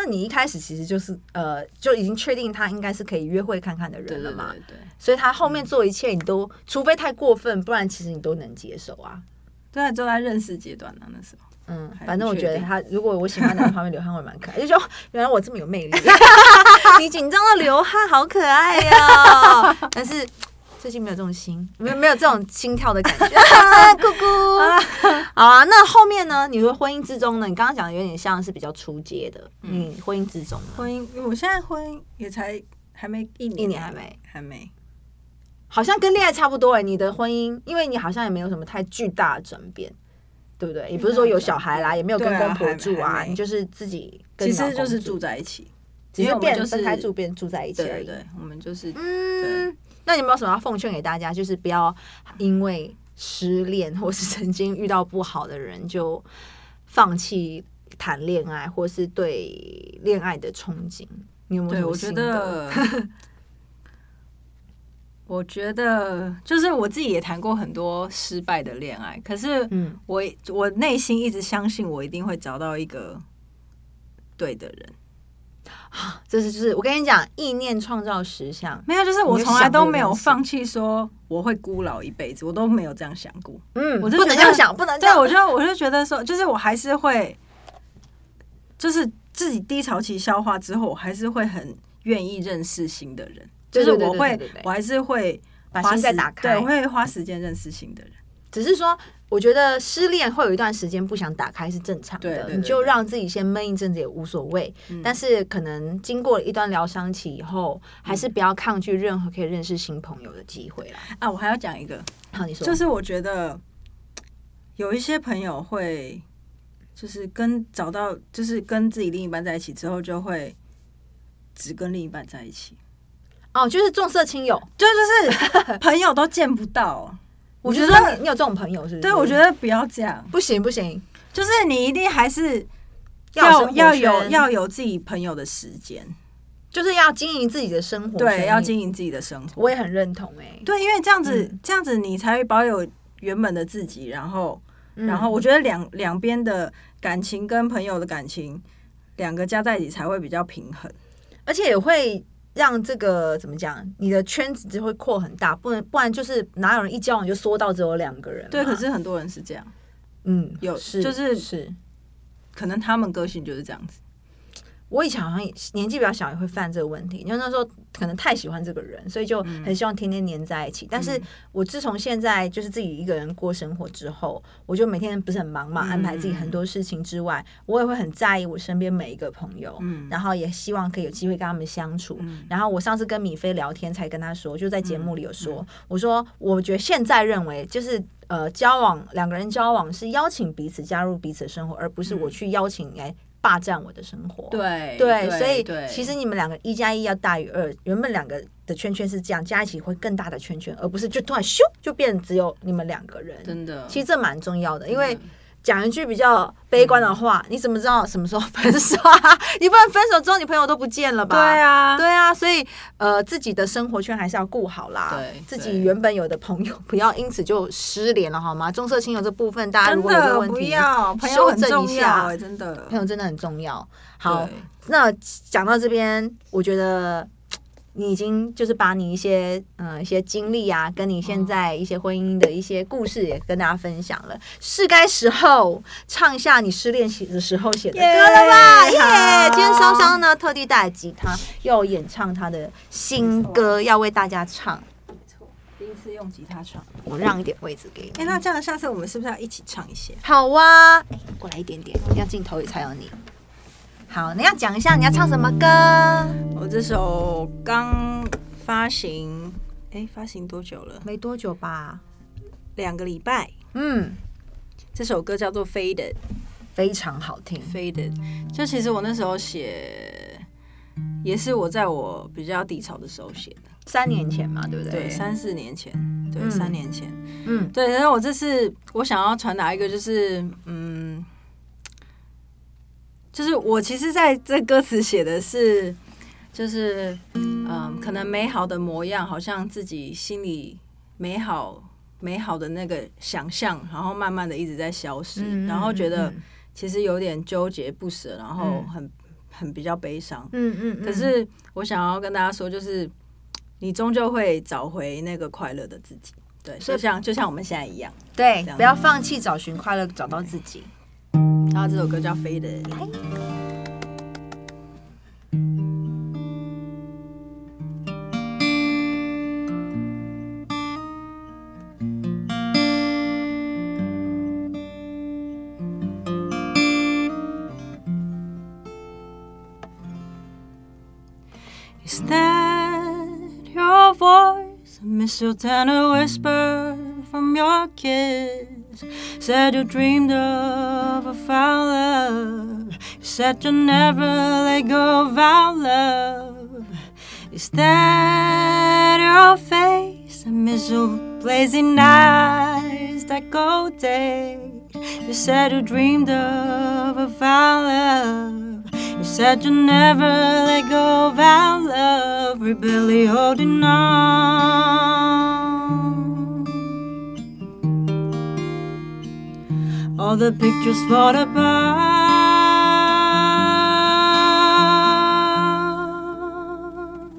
S2: 那你一开始其实就是呃，就已经确定他应该是可以约会看看的
S3: 对
S2: 人了
S3: 对
S2: 嘛，
S3: 对对
S2: 所以他后面做一切你都，除非太过分，不然其实你都能接受啊。
S3: 对，就在认识阶段呢，那时候
S2: 嗯
S3: 还，不
S2: 反正我
S3: 确
S2: 觉得
S3: 定
S2: 他，如果我喜欢的人 旁边流汗会蛮可爱，就说哦原来我这么有魅力， 你紧张到流汗，好可爱呀、 但是最近没有这种心，没有没有这种心跳的感 觉，啊姑姑。 好啊，那后面呢？你说婚姻之中呢？你刚刚讲的有点像是比较出街的，
S3: 嗯
S2: 你婚姻之中呢，
S3: 婚姻，我现在婚姻也才还没一年，
S2: 一年还没
S3: 还没，
S2: 好像跟恋爱差不多哎、你的婚姻，因为你好像也没有什么太巨大的转变。对不对？也不是说有小孩啦，也没有跟
S3: 对啊
S2: 公婆
S3: 还
S2: 住
S3: 还
S2: 啊，
S3: 没
S2: 你就是自己跟
S3: 其
S2: 你老
S3: 实就
S2: 公
S3: 是住在一起，
S2: 只
S3: 因为
S2: 是
S3: 我们
S2: 变
S3: 就是
S2: 分开住，变住在一起
S3: 对
S2: 而
S3: 对
S2: 已。
S3: 对，我们就是
S2: 嗯，那你有没有什么要奉劝给大家？就是不要因为失恋或是曾经遇到不好的人就放弃谈恋爱，或是对恋爱的憧憬。你有没有
S3: 对，
S2: 什么
S3: 我觉
S2: 心得
S3: 得， 我觉得就是我自己也谈过很多失败的恋爱，可是
S2: 嗯，
S3: 我我内心一直相信我一定会找到一个对的人。
S2: 这是就是我跟你讲，意念创造实相。
S3: 没有，就是我
S2: 你就
S3: 从来
S2: 想
S3: 都
S2: 这
S3: 没
S2: 件
S3: 有
S2: 事
S3: 放弃说我会孤老一辈子，我都没有这样想过。
S2: 嗯，
S3: 我就
S2: 不能
S3: 觉
S2: 这样
S3: 得
S2: 想，不能这
S3: 对，
S2: 样。
S3: 我就我就觉得说，就是我还是会，就是自己低潮期消化之后，我还是会很愿意认识新的人，
S2: 对
S3: 就是
S2: 对对
S3: 我
S2: 对
S3: 会
S2: 对对对，
S3: 我还是会
S2: 把
S3: 花
S2: 心再
S3: 时
S2: 打开
S3: 对，我会花时间认识新的人。
S2: 只是说，我觉得失恋会有一段时间不想打开是正常的，
S3: 对对对嗯
S2: 你就让自己先闷一阵子也无所谓。但是可能经过一段疗伤期以后，还是不要抗拒任何可以认识新朋友的机会啦。
S3: 啊，我还要讲一个，
S2: 好，你说，
S3: 就是我觉得有一些朋友会，就是跟找到，就是跟自己另一半在一起之后，就会只跟另一半在一起，
S2: 哦，就是重色轻友。
S3: 就就是 朋友都见不到。我觉
S2: 你是说
S3: 得
S2: 你，你有这种朋友是不是？
S3: 对我觉得不要这样，
S2: 不行不行，
S3: 就是你一定还是
S2: 要
S3: 要要
S2: 有生活
S3: 有
S2: 圈
S3: 要有自己朋友的时间，
S2: 就是要经营自己的生活圈，
S3: 对，要
S2: 你。
S3: 经营自己的生活，
S2: 我也嗯很认同哎、
S3: 对，因为这样子、这样子你才会保有原本的自己，然后
S2: 嗯
S3: 然后我觉得两两边的感情跟朋友的感情，两个加在一起才会比较平衡。
S2: 而且也会让这个怎么讲，你的圈子就会扩很大，不能不然就是哪有人一交往就缩到只有两个人嘛。
S3: 对，可是很多人是这样，
S2: 嗯，
S3: 有
S2: 是
S3: 就是
S2: 是，
S3: 可能他们个性就是这样子。
S2: 我以前好像也是年纪比较小也会犯这个问题，因为那时候可能太喜欢这个人，所以就很希望天天黏在一起。但
S3: 嗯
S2: 是我自从现在就是自己一个人过生活之后，我就每天不是很忙嘛，
S3: 嗯
S2: 安排自己很多事情之外，我也会很在意我身边每一个朋友，
S3: 嗯
S2: 然后也希望可以有机会跟他们相处。
S3: 嗯
S2: 然后我上次跟米菲聊天，才跟他说，就在节目里有说，
S3: 嗯
S2: 我说我觉得现在认为就是。呃，交往两个人交往是邀请彼此加入彼此的生活，而不是我去邀请你来霸占我的生活。
S3: 嗯对
S2: 对，所以
S3: 对
S2: 其实你们两个一加一要大于二，原本两个的圈圈是这样，加一起会更大的圈圈，而不是就突然咻就变只有你们两个人。
S3: 真的，
S2: 其
S3: 实
S2: 实这蛮重要的，因为
S3: 嗯
S2: 讲一句比较悲观的话，你怎么知道什么时候分手 啊？你不然分手之后你朋友都不见了吧？
S3: 对。啊，
S2: 对啊，所以呃，自己的生活圈还是要顾好啦。
S3: 对
S2: 自己
S3: 对
S2: 原本有的朋友不要因此就失联了，好吗？重色轻友这部分，大家如
S3: 真
S2: 果有这个
S3: 的
S2: 问题，
S3: 不要朋友很
S2: 修正
S3: 重
S2: 一
S3: 要
S2: 下
S3: 哎，真的
S2: 朋。友真的很重要。好
S3: 对，，
S2: 那讲到这边，我觉得你已经就是把你一些嗯、呃一些经历啊，跟你现在一些婚姻的一些故事也跟大家分享了，是该时候唱一下你失恋写的时候写的歌了吧？耶
S3: 耶好
S2: 今天双双呢特地带来吉他，又演唱他的新歌，要为大家唱。
S3: 第一次用吉他唱，
S2: 我让一点位置给你。
S3: 哎，那这样下次我们是不是要一起唱一些？
S2: 好啊，哎过来一点点，要镜头也才有你。好，你要讲一下你要唱什么歌？
S3: 我这首刚发行，哎，发行多久了？
S2: 没多久吧？
S3: 两个礼拜。
S2: 嗯。
S3: 这首歌叫做《Faded》。
S2: 非常好听。
S3: faded。就其实我那时候写，也是我在我比较低潮的时候写的，
S2: 三年前嘛，对不对？
S3: 嗯对，三四年前，对，
S2: 嗯
S3: 三年前，
S2: 嗯
S3: 对。然后我这次我想要传达一个，就是嗯，就是我其实在这歌词写的是，就是嗯，可能美好的模样，好像自己心里美好。美好的那个想象，然后慢慢的一直在消失，
S2: 嗯
S3: 然后觉得
S2: 嗯
S3: 其实有点纠结不舍，然后
S2: 嗯
S3: 很、很比较悲伤。
S2: 嗯嗯嗯
S3: 可是我想要跟大家说，就是你终究会找回那个快乐的自己。对，
S2: 所以
S3: 就像就像我们现在一样。
S2: 对
S3: 这，样
S2: 不要放弃找寻快乐，找到自己。
S3: 然后这首歌叫《飞的》。Is that your voice? A mistletoe tender whisper from your kiss. Said you dreamed of a foul love. You said you never let go of our love. Is that your face? A mistletoe blazing eyes that go day. You said you dreamed of a foul love. You said you never let go of our love, rebellion holding on. All the pictures fall apart.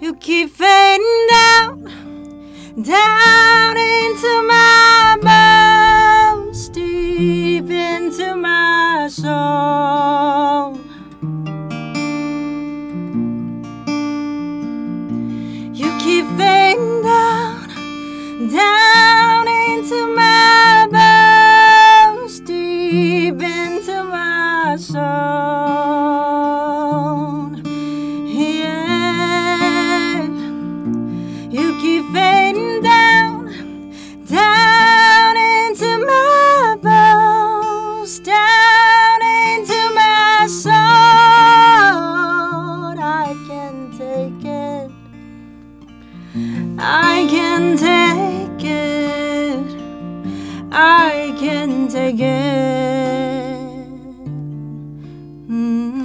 S3: You keep fading down down into my bones, deep into my soul. You keep fading down, down into my bones, deep into my soul. Yeah. You keep fading down, down into my bones, down into my soul. I can take it. I can take it. I can take it. Mm.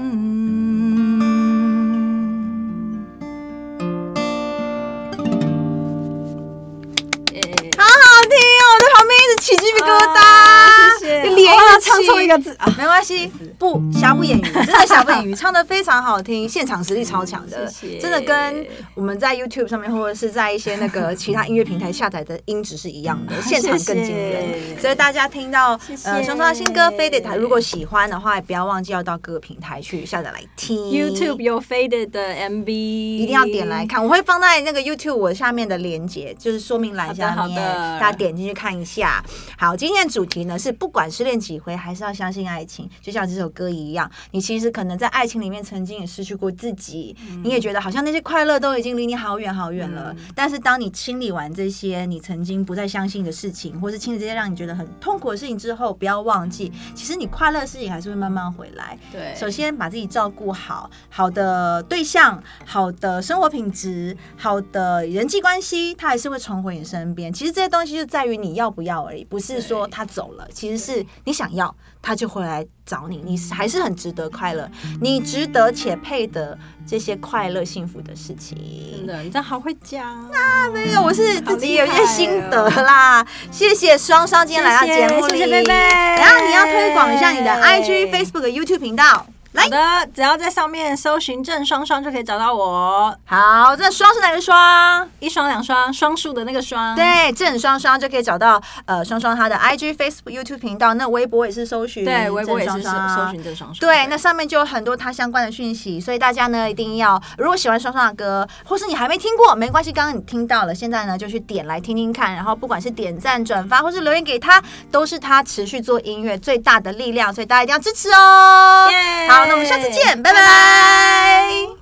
S3: 아,
S2: 好好听哦，我在旁边一直起鸡皮疙瘩，
S3: 谢谢
S2: 你脸一直唱错
S3: 出一个字啊，嗯
S2: 没关系，不瑕不掩瑜，真的瑕不掩瑜， 唱的非常好听，现场实力超强的，
S3: 谢谢
S2: 真的跟我们在 YouTube 上面或者是在一些那个其他音乐平台下载的音质是一样的，现场更惊人。
S3: 啊谢谢
S2: 所以大家听到呃
S3: 谢
S2: 双双的新歌《飞得台》，如果喜欢的话，也不要忘记要到各个平台去下载来听。
S3: YouTube 有 Faded 的 MV，一
S2: 一定要点来。看，我会放在那个 YouTube 我下面的链接，就是说明栏下
S3: 好
S2: 面，
S3: 的好的
S2: 大家点进去看一下。好，今天的主题呢是不管失恋几回，还是要相信爱情，就像这首歌一样，你其实可能在爱情里面曾经也失去过自己，
S3: 嗯
S2: 你也觉得好像那些快乐都已经离你好远好远了。但是当你清理完这些你曾经不再相信的事情，或是清理这些让你觉得很痛苦的事情之后，不要忘记，
S3: 嗯
S2: 其实你快乐的事情还是会慢慢回来。
S3: 对，
S2: 首先把自己照顾好，好的对象、好的生活品质、好的人际关系，他还是会重回你身边。其实这些东西就在于你要不要而已，不是说他走了，其实是你想要，他就回来找你，你还是很值得快乐，
S3: 嗯
S2: 你值得且配得这些快乐幸福的事
S3: 真
S2: 情。
S3: 的，你真好会讲。
S2: 没有，我是自己有一
S3: 好厉害
S2: 些
S3: 哦
S2: 心得啦。谢谢双双今天来到节目里，
S3: 谢谢谢谢贝贝
S2: 然后你要推广一下你的 IG、Facebook、YouTube 频道。来
S3: 好，的，只要在上面搜寻“郑双双”就可以找到我，
S2: 好，这双是哪个双？
S3: 一双两双，双数的那个双。，
S2: 对，郑双双就可以找到呃双双她的 IG、Facebook、YouTube 频道，那微博也是搜寻，
S3: 对，微博也是搜搜寻
S2: 寻。
S3: “郑双双”。
S2: 对，那上面就有很多她相关的讯息，所以大家呢一定要，如果喜欢双双的歌，或是你还没听过，没关系，刚刚你听到了，现在呢就去点来听听看，然后不管是点赞、转发或是留言给她，都是她持续做音乐最大的力量，所以大家一定要支持哦。
S3: 耶
S2: 好，那我们下次见，拜拜